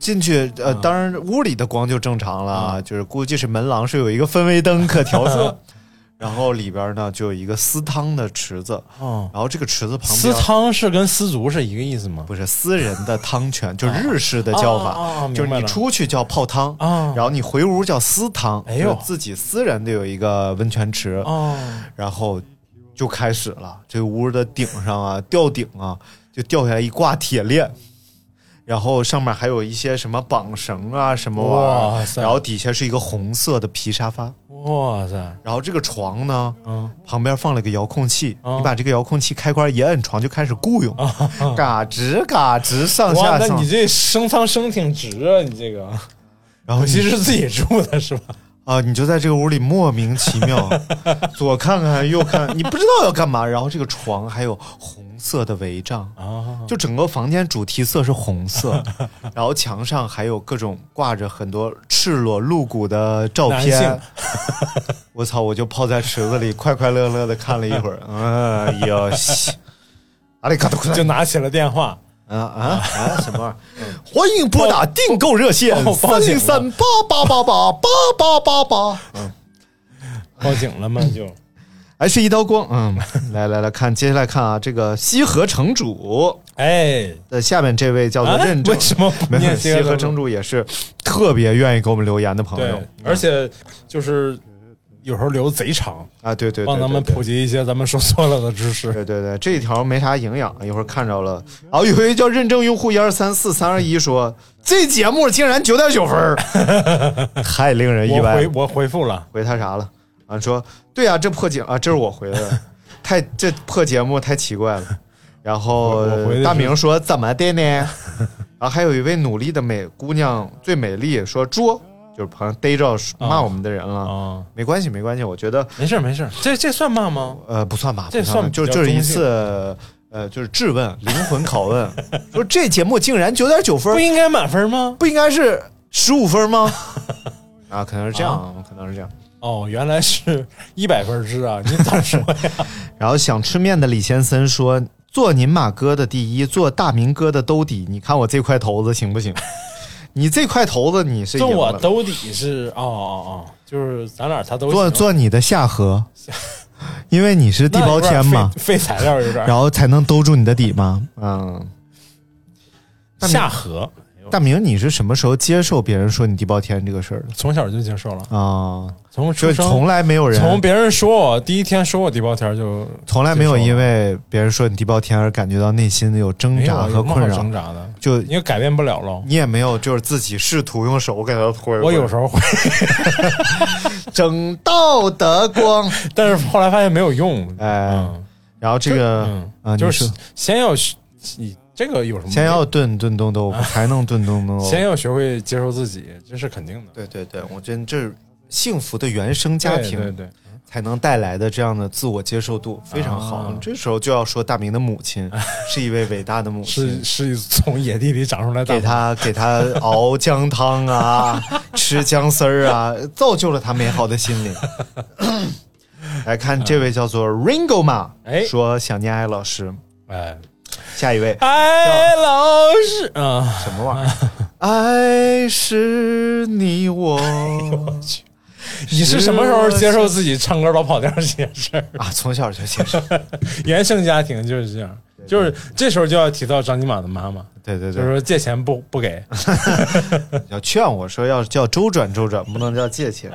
S2: 进去呃，
S4: 嗯
S2: 当然屋里的光就正常了啊，就是估计是门廊是有一个氛围灯可调色，
S4: 嗯
S2: 然后里边呢就有一个私汤的池子，
S4: 哦，
S2: 然后这个池子旁
S4: 私
S2: 边
S4: 汤是跟私足是一个意思吗？
S2: 不是私人的汤泉，
S4: 哦
S2: 就日式的叫法，
S4: 啊啊啊明白
S2: 就是你
S4: 了
S2: 出去叫泡汤，
S4: 啊
S2: 然后你回屋叫私汤，
S4: 哎呦
S2: 就是自己私人的有一个温泉池，
S4: 哦，
S2: 然后就开始了，这屋的顶上啊，吊顶啊，就掉下来一挂铁链。然后上面还有一些什么绑绳啊，什么玩意
S4: 哇
S2: 儿，
S4: 塞
S2: 然后底下是一个红色的皮沙发，
S4: 哇塞，
S2: 然后这个床呢，
S4: 嗯
S2: 旁边放了个遥控器，
S4: 啊
S2: 你把这个遥控器开关一摁，床就开始雇佣， 嘎吱嘎吱上
S4: 嗯哇，
S2: 下
S4: 那
S2: 上
S4: 你，这升舱升挺直啊！你这 个，
S2: 然后
S4: 尤
S2: 你
S4: 其是自己住的是吧？
S2: 啊，你就在这个屋里莫名其 妙，左看看右看，你不知道要干嘛。然后这个床还有红色的帷帐，
S4: 啊，
S2: 就整个房间主题色是红 色，然后墙上还有各种挂着很多赤裸露骨的照片
S4: 男。
S2: 我操！我就泡在池子里，快快乐乐的看了一会儿。嗯，哟西，阿里卡多库
S4: 就拿起了电话，
S2: 啊啊啊！什么玩 意儿？欢迎拨打订购热线
S4: 报报
S2: 三
S4: 警
S2: 零
S4: 了
S2: 三八八八八八八八八。
S4: 报警了吗？ 就
S2: 还是一道光，嗯，来来来看，接下来看啊，这个西河城主
S4: 哎，
S2: 的下面这位叫做
S4: 啊
S2: 认证，
S4: 为什么不
S2: 没有
S4: 念啊
S2: 西河城主也是特别愿意给我们留言的朋友
S4: 对，而且就是有时候留贼长，
S2: 啊，对对，对
S4: 帮咱们
S2: 对
S4: 普及一些咱们说错了的知识。
S2: 对对对，这一条没啥营养，一会儿看着了。啊，有一位叫认证用户一二三四三二一说，这节目竟然九点九 分儿，太令人意
S4: 我
S2: 外了
S4: 回。我回复了，
S2: 回他啥了？啊，说对啊，这破节啊，这是我回 的，太这破节目太奇怪了。然后
S4: 我我回的是
S2: 大明说怎么的呢？然后还有一位努力的美姑娘最美丽说捉，就是朋友逮着骂我们的人了。
S4: 啊
S2: 没关系，没关系，我觉得
S4: 没事儿没事儿，这这算骂吗？
S2: 呃不算吧，
S4: 这
S2: 不算吧
S4: 算比
S2: 就
S4: 较
S2: 就是一
S4: 中性
S2: 次呃就是质问灵魂拷问， 说这节目竟然九点九分
S4: 不，应该满分吗？
S2: 不应该是十五分 吗？啊，可能是这样，啊、可能是这样。
S4: 哦，原来是一百分 制啊！你咋说呀？
S2: 然后想吃面的李先生说：“做您马哥的第一，做大明哥的兜底。你看我这块头子行 不行？你这块头子你是
S4: 做
S2: 赢
S4: 我
S2: 了。
S4: 兜底是哦哦哦，就是咱俩他都
S2: 做
S4: 行
S2: 做你的下颌，因为你是地包天嘛，
S4: 废材料有点儿
S2: 然后才能兜住你的底嘛。嗯，那你
S4: 下河。
S2: 大明，你是什么时候接受别人说你地包天这个事儿的
S4: 从小就接受了，
S2: 啊？
S4: 从出
S2: 就
S4: 生
S2: 从来没有人，
S4: 从别人说我第一天说我地包天儿就
S2: 从来没有因为别人说你地包天而感觉到内心有挣
S4: 没有
S2: 扎
S4: 有什
S2: 和
S4: 么
S2: 困
S4: 好
S2: 扰
S4: 挣，扎的，
S2: 就
S4: 因为改变不了喽。
S2: 你也没有就是自己试图用手给他推。
S4: 我 有时候会，
S2: 候整道德光，
S4: 但是后来发现没有用。
S2: 哎
S4: 嗯
S2: 然后这个
S4: 嗯
S2: 啊，
S4: 就
S2: 你
S4: 是
S2: 说
S4: 先要学你这个有什么？
S2: 先要炖炖冻 豆腐，才能炖冻豆腐。
S4: 先要学会接受自己，这是肯定的。
S2: 对对对，我觉得这是幸福的原生家
S4: 对对
S2: 庭
S4: 对，
S2: 才能带来的这样的自我接受度非常好。
S4: 啊
S2: 这时候就要说大明的母 亲是一位伟大的母亲
S4: 是。是从野地里长出来的。
S2: 给他给他熬姜汤 啊，吃姜丝儿啊，造就了他美好的 心灵。来看这位叫做 Ringo 嘛，
S4: 嗯哎
S2: 说想念艾老师。
S4: 哎，
S2: 下一位
S4: 哎，老师啊，
S2: 什么 玩意儿？爱是你 我
S4: 哎你是什么时候接受自己唱歌老跑调这件事儿？
S2: 啊，从小就接受。
S4: 原生家庭就是这样，就是这时候就要提到张金马的妈妈，
S2: 对对
S4: 就
S2: 对
S4: 是，说借钱不不给，
S2: 要劝我说要叫周转周转，不能叫借钱。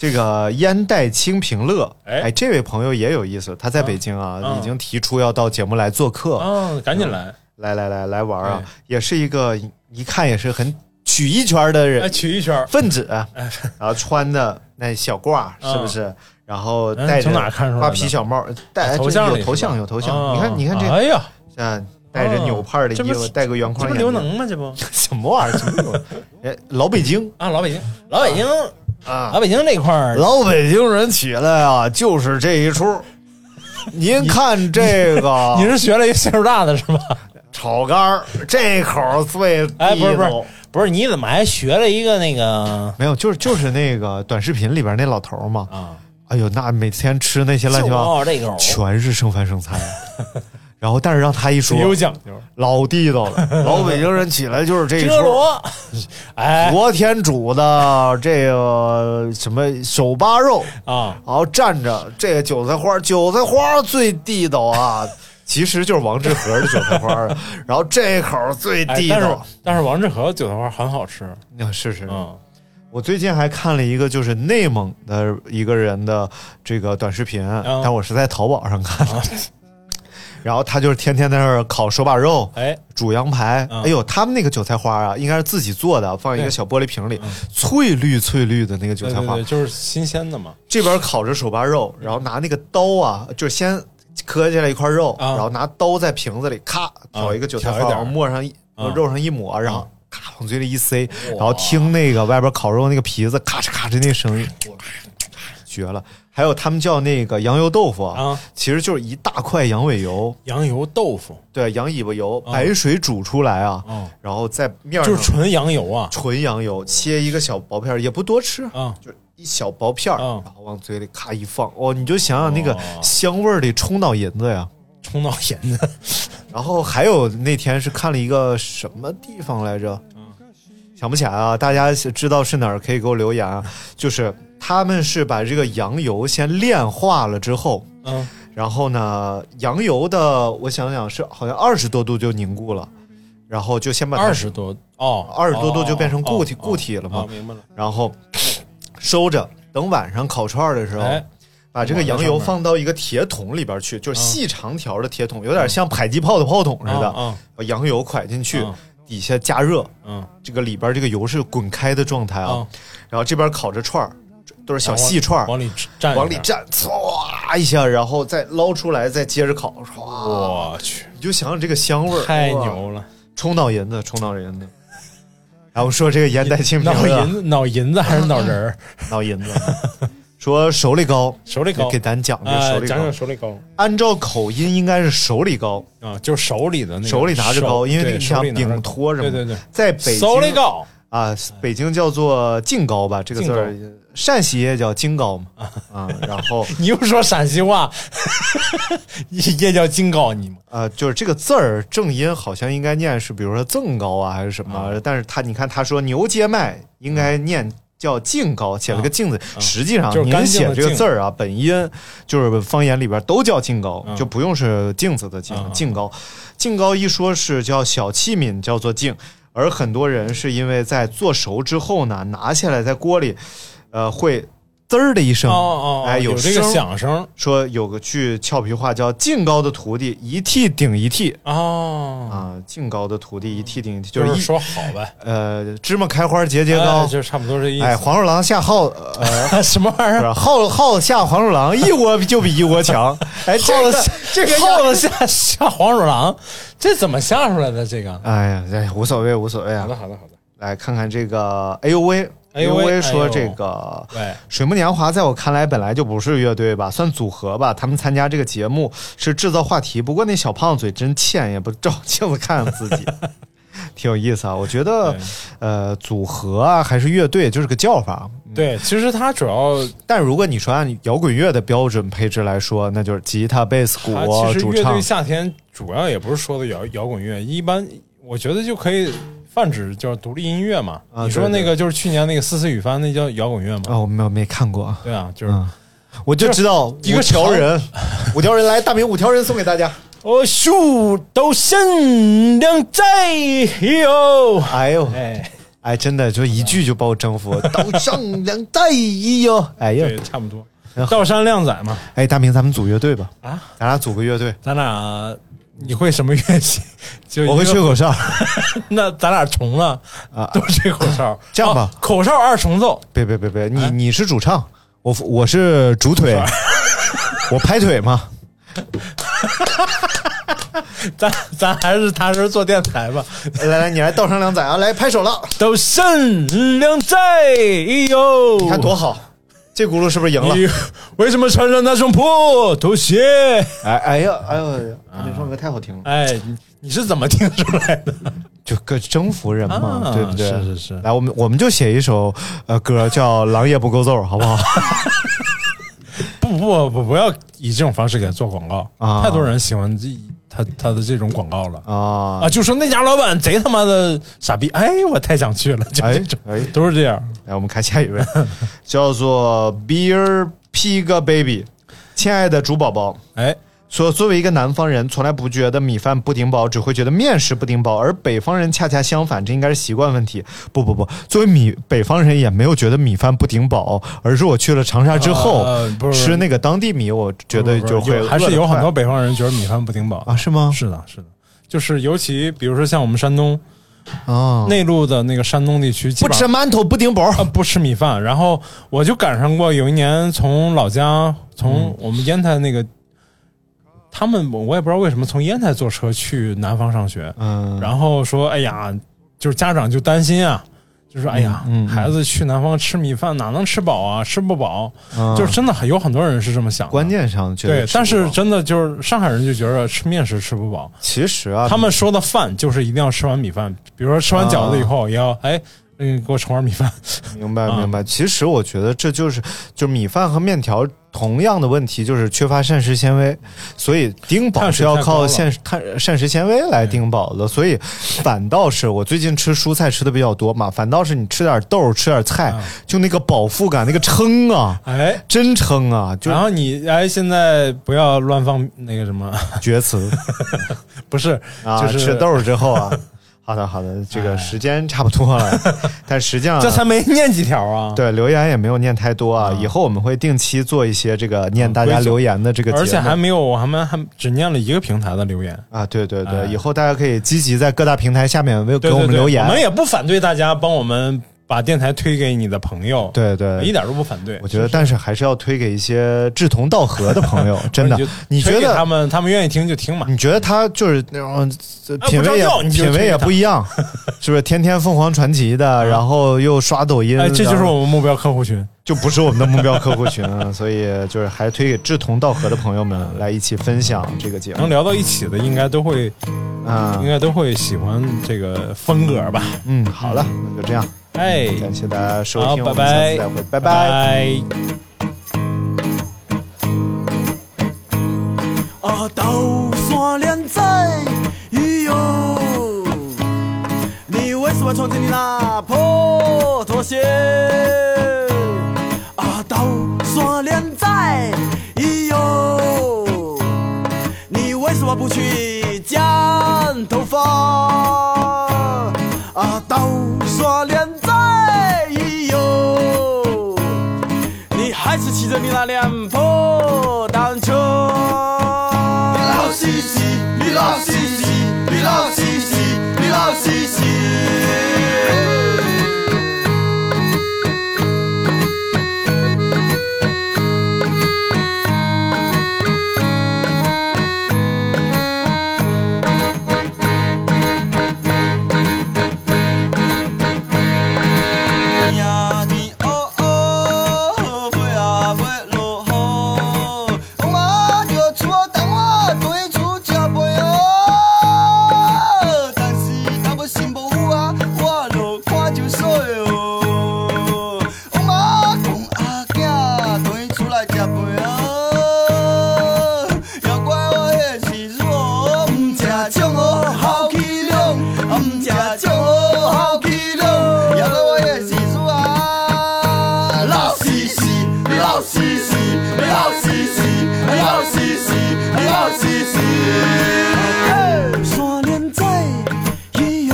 S2: 这个烟袋清平乐，
S4: 哎
S2: 哎，这位朋友也有意思，他在北京啊，
S4: 嗯
S2: 已经提出要到节目来做客，
S4: 嗯，赶紧来，
S2: 来来来来玩啊
S4: 哎，
S2: 也是一个一看也是很曲艺圈的
S4: 哎，
S2: 人
S4: 取一圈儿，
S2: 分子，然后穿的那小褂
S4: 嗯
S2: 是不是？然后
S4: 嗯
S2: 戴着
S4: 从哪儿看出来的哎
S2: 瓜皮小帽，戴
S4: 头像
S2: 哎这
S4: 里
S2: 有
S4: 是
S2: 头像
S4: 吧
S2: 有头像，
S4: 啊
S2: 你看你看这
S4: 哎呀，
S2: 嗯，戴着纽帕的
S4: 这
S2: 衣
S4: 不
S2: 服，
S4: 是
S2: 戴个圆
S4: 这
S2: 框
S4: 不
S2: 眼
S4: 刘
S2: 镜，
S4: 能吗？这不
S2: 什么玩意儿？什么玩意 儿？哎，老北京
S4: 啊，老北京，老北京，
S2: 啊
S4: 老，北京这块儿，
S2: 老北京人起来啊，就是这一出。您看这个
S4: 你是学了一个岁数大的是吧？
S2: 炒肝儿，这口儿最
S4: 哎，不是不
S2: 地道
S4: 是不是，你怎么还学了一个那个
S2: 没有，就是就是那个短视频里边那老头儿嘛。
S4: 啊？
S2: 哎呦，那每天吃那些乱七八糟，
S4: 就这口
S2: 全是剩饭剩菜。 然后，但是让他一说，
S4: 有讲究，
S2: 老地道 了。老北京人起来就是这一
S4: 遮
S2: 出。
S4: 罗， 哎
S2: 昨天煮的这个什么手扒肉，
S4: 啊，
S2: 然后蘸着这个韭菜花，韭菜花最地道 啊，其实就是王致和的韭菜花 啊。然后这口儿最
S4: 哎
S2: 地
S4: 但是
S2: 道，
S4: 但是王致和韭菜花很好吃，
S2: 那、是是是。
S4: 嗯，
S2: 我最近还看了一个就是内蒙的一个人的这个短视频，
S4: 嗯
S2: 但我是在淘宝上看的。 然后他就是天天在那儿烤手把肉，
S4: 哎，
S2: 煮羊排。
S4: 嗯
S2: 哎呦，他们那个韭菜花啊，应该是自己做的，放一个
S4: 对
S2: 小玻璃瓶里，翠绿翠绿的那个韭
S4: 对
S2: 菜
S4: 对
S2: 花
S4: 对，。就是新鲜的嘛，
S2: 这边烤着手扒肉，然后拿那个刀啊，就是先磕下来一块肉，
S4: 啊
S2: 然后拿刀在瓶子里咔挑一个韭菜花，
S4: 挑一点
S2: 往抹上一
S4: 啊
S2: 肉上一抹，然后咔往嘴里一塞，然后听那个外边烤肉那个皮子咔哧咔哧那声音，绝了！还有他们叫那个羊油豆腐
S4: 啊，
S2: 其实就是一大块羊尾油，
S4: 羊油豆腐，
S2: 对，羊尾巴油，白水煮出来啊，
S4: 嗯，
S2: 然后在面
S4: 啊就
S2: 上
S4: 是纯羊油啊，
S2: 纯羊油，切一个小薄片儿，也不多吃，
S4: 啊，
S2: 就一小薄片儿，
S4: 嗯
S2: 然后往嘴里咔一放，哦，你就想想那个
S4: 哦
S2: 香味儿得冲脑银子呀。
S4: 冲到盐 的，
S2: 然后还有那天是看了一个什么地方来着，
S4: 嗯
S2: 想不起来啊。大家知道是哪儿可以给我留言啊。就是他们是把这个羊油先炼化了之后，
S4: 嗯，
S2: 然后呢，羊油的我想想是好像二十多度就凝固了，然后就先把它
S4: 二十多哦，
S2: 二十多度就变成固体
S4: 哦哦
S2: 固体了嘛
S4: 哦明白了，
S2: 然后收着，等晚上烤串儿的时候。
S4: 哎，
S2: 把这个羊油放到一个铁桶里边去，就是细长条的铁桶，有点像迫击炮的炮筒似的，
S4: 嗯嗯
S2: 把羊油蒯进去
S4: 嗯，
S2: 底下加热，
S4: 嗯，
S2: 这个里边这个油是滚开的状态啊
S4: 嗯，
S2: 然后这边烤着串儿，都是小细串儿，
S4: 往里蘸，
S2: 往里，蘸，唰一下，然后再捞出来，再接着烤，唰，
S4: 我去，
S2: 你就想想这个香啊味儿，
S4: 太
S2: 哇，
S4: 牛了，
S2: 冲脑银子，冲脑银子。然后说这啊个烟袋清平
S4: 脑
S2: 乐
S4: 银子脑银子还是脑仁儿？
S2: 脑银子， 说手里高，
S4: 手里高
S2: 给咱讲这个
S4: 哎
S2: 手里
S4: 讲
S2: 高
S4: 讲。手里高
S2: 按照口音应该是手里高，
S4: 啊，就是手里的那个，
S2: 手里拿着高，因为那
S4: 对
S2: 个你
S4: 手
S2: 想
S4: 里拿着
S2: 饼托什么
S4: 对
S2: 的。
S4: 对对，
S2: 在北京
S4: 手里高，
S2: 啊，北京叫做净高吧，这个字儿，陕西也叫京高嘛啊，然后
S4: 你又说陕西话，也 也叫金高你吗？
S2: 呃，就是这个字儿正音好像
S4: 啊
S2: 应该念是，比如说赠高啊还是什么，但是他你看他说牛街麦应该念叫静高，写了个静字。实际上，
S4: 啊就是
S2: 您
S4: 干净
S2: 写
S4: 的
S2: 这个
S4: 静
S2: 字儿啊，本音就是方言里边都叫静高，
S4: 啊
S2: 就不用是镜子的镜
S4: 嗯，嗯
S2: 静高。静高一说是叫小器皿，叫做静。而很多人是因为在做熟之后呢，拿下来在锅里，呃，会滋儿的一声，
S4: 哦哦，哦
S2: 哎，
S4: 有这个
S2: 声儿
S4: 响声
S2: 说有个句俏皮话叫“晋高的徒弟一替顶一替”
S4: 哦，
S2: 啊，晋高的徒弟一替顶一替，
S4: 就
S2: 就是
S4: 是
S2: 一
S4: 说好呗，
S2: 呃，芝麻开花节节
S4: 哎
S2: 高，
S4: 就差不多这
S2: 哎，
S4: 意思。哎
S2: 黄鼠狼下耗呃。
S4: 什么玩意
S2: 不
S4: 儿？
S2: 是耗耗下黄鼠狼，一窝就比一窝强。哎，这个这个
S4: 耗子下下黄鼠狼，这怎么下出来的？这个？
S2: 哎呀，哎，无所谓，无所谓
S4: 好
S2: 啊
S4: 的，。好的，好的。
S2: 来看看这个 A U V。
S4: 哎呦
S2: U
S4: 喂哎
S2: V
S4: 呦
S2: 说这个
S4: 喂
S2: 水木年华，在我看来本来就不是乐队吧，算组合吧。他们参加这个节目是制造话题，不过那小胖嘴真欠，也不照镜子看看自 己，挺有意思啊。我觉得，呃，组合啊还是乐队就是个叫法。
S4: 对，其实它主要
S2: 但如果你说按摇滚乐的标准配置来说，那就是吉他、贝斯、鼓啊
S4: 它其实
S2: 主
S4: 乐
S2: 唱
S4: 队。夏天主要也不是说的摇摇滚乐，一般我觉得就可以泛指就是独立音乐嘛。
S2: 啊
S4: 你说
S2: 对对
S4: 那个就是去年那个思思雨帆，那叫摇滚乐吗？
S2: 哦，我没有没看过啊，
S4: 对啊，就是
S2: 嗯我就知道
S4: 一个
S2: 五条
S4: 长
S2: 人，五条人来，大明五条人送给大家。
S4: 哦，树都生亮在哟。
S2: 哎呦，
S4: 哎，
S2: 哎，真的就一句就把我征 服，刀上两带一哟。哎呀
S4: 对，，差不多
S2: 嗯。
S4: 道山靓仔嘛，
S2: 哎，大明，咱们组乐队吧？
S4: 啊，
S2: 咱俩组个乐队。
S4: 咱俩你会什么乐器？就一个
S2: 我会吹，口 哨，
S4: 那咱俩重了
S2: 啊
S4: 都吹口哨。
S2: 这样吧
S4: 哦口哨二重奏，
S2: 别别别别，
S4: 啊
S2: 你你是主唱，我我是主腿， 我拍腿 嘛。
S4: 咱咱还是踏实做电台吧。
S2: 来来，你来倒上两仔啊，来拍手了，
S4: 都善良在哟，
S2: 你看多好，这轱辘是不是赢了？
S4: 你为什么穿上那种破拖鞋？
S2: 哎哎呀哎呦，
S4: 啊
S2: 这首歌太好听了，
S4: 哎，你你是怎么听出来的？
S2: 就个征服人嘛，
S4: 啊
S2: 对不对？
S4: 是是是
S2: 来，我们我们就写一首呃歌叫《狼也不够揍》，好 不好？
S4: 不不不，不要以这种方式给他做广告
S2: 啊
S4: 太多人喜欢这他他的这种广告了。
S2: 啊
S4: 啊，就说那家老板贼他妈的傻逼，哎，我太想去了，就
S2: 哎
S4: 这种、
S2: 哎
S4: 都是这样。
S2: 来，我们看下一 位，叫做 Beer Pig Baby，亲爱的猪宝宝。
S4: 哎，
S2: 说作为一个南方人，从来不觉得米饭不顶饱，只会觉得面食不顶饱，而北方人恰恰相反，这应该是习惯问题。不不不，作为米北方人也没有觉得米饭不顶饱，而是我去了长沙之后、
S4: 呃不是
S2: 吃那个当地米，我觉得就
S4: 不是
S2: 会
S4: 有还是
S2: 饿得
S4: 有很多
S2: 快
S4: 北方人觉得米饭不顶饱
S2: 啊，是吗？
S4: 是的，是的，就是尤其比如说像我们山东
S2: 啊，
S4: 内陆的那个山东地区，基
S2: 不
S4: 本
S2: 吃
S4: 上
S2: 馒头不顶饱
S4: 啊，不吃米饭。然后我就赶上过有一年从老家，
S2: 嗯
S4: 从我们烟台那个，他们我我也不知道为什么从烟台坐车去南方上学，
S2: 嗯，
S4: 然后说哎呀，就是家长就担心啊。就说哎呀，
S2: 嗯嗯
S4: 孩子去南方吃米饭哪能吃饱啊？吃不饱，
S2: 嗯
S4: 就是真的很有很多人是这么想的。
S2: 观念上觉得
S4: 对，
S2: 吃
S4: 但
S2: 不
S4: 是
S2: 饱
S4: 真的就是上海人就觉得吃面食吃不饱，
S2: 其实啊，
S4: 他们说的饭就是一定要吃完米饭，比如说吃完饺子以后也要哎，嗯，给我盛碗米饭。
S2: 明白
S4: 啊
S2: 明白，其实我觉得这就是就米饭和面条同样的问题，就是缺乏膳食纤维，所以丁饱
S4: 碳
S2: 是
S4: 水
S2: 要
S4: 太高
S2: 靠
S4: 了嗯
S2: 膳碳膳食纤维来丁饱的，所以反倒是我最近吃蔬菜吃的比较多嘛，反倒是你吃点豆儿吃点菜，
S4: 啊
S2: 就那个饱腹感那个撑啊，
S4: 哎，
S2: 真撑啊，就
S4: 然后你哎，现在不要乱放那个什么，
S2: 厥词
S4: 不是，
S2: 啊，
S4: 就是哎
S2: 吃豆，儿之后 啊。好的，好的，这个时间差不多了，但实际上
S4: 这才没念几条啊。，
S2: 啊对，留言也没有念太多啊。以后我们会定期做一些这个念大家
S4: 嗯
S2: 留言的这个节目，
S4: 而且还没有，我还没还只念了一个平台的留言。
S2: 啊，对对对，
S4: 哎
S2: 以后大家可以积极在各大平台下面为给
S4: 对
S2: 我
S4: 对
S2: 们
S4: 对，
S2: 留言
S4: 我，们也不反对大家帮我们把电台推给你的朋友，
S2: 对对
S4: 一点都不反对。
S2: 我觉得，但是还是要推给一些志同道合的朋 友，真的
S4: 就，
S2: 你
S4: 推
S2: 觉
S4: 给他
S2: 得？
S4: 们他们愿意听就听嘛。
S2: 你觉得他就是那种呃
S4: 哎不
S2: 品味也、
S4: 着调你就
S2: 品味
S4: 推
S2: 也
S4: 给他
S2: 不一 样，是不是？天天凤凰传奇的，然后又刷抖音，
S4: 啊哎，这就
S2: 然
S4: 是
S2: 后
S4: 我们目标客户群。
S2: 就不是我们的目标客户群啊，所以就是还推给志同道合的朋友们来一起分享这个节
S4: 能
S2: 目
S4: 聊到一起的，应该都会，
S2: 啊
S4: 应。该都会喜欢这个风格吧。
S2: 嗯，好了，那就这样，
S4: 哎，
S2: 感谢大家收
S4: 好，
S2: 听，
S4: 拜
S2: 我们下
S4: 拜，
S2: 次再会，拜
S4: 拜拜
S7: 啊，豆酸莲仔，咦哟，你为什么关窗听你那破拖鞋。啊，倒耍连载，咦哟，你为什么不去剪头发？啊，倒耍连载，咦哟，你还是骑着你那辆破单车。你老西西，你老西西，你老西西，你老西西。呀，你哦哦，飞啊飞落雨，我嘛着厝等我对厝吃饭哦。但是若要心无有啊，我著看就衰哦。我嘛讲阿囝对厝来吃饭哦，要怪我迄是弱，毋吃种哦，好气量，毋吃种哦，好气量，要怪我迄是。是啊，老西西，老西西，老西西，老西西，老西西。山连在咦哟，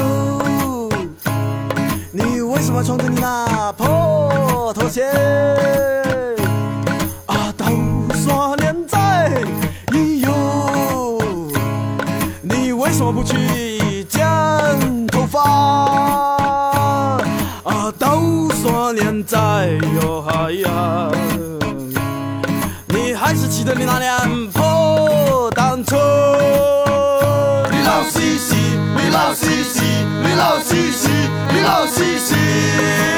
S7: 你为什么穿着你那破拖鞋？啊，到山连在咦哟，你为什么不去剪头发？啊，到山连在哟嗨呀，你还是骑着你那辆破单车。你老西西，你老西西，你老西西，你老西西。oh, 啊啊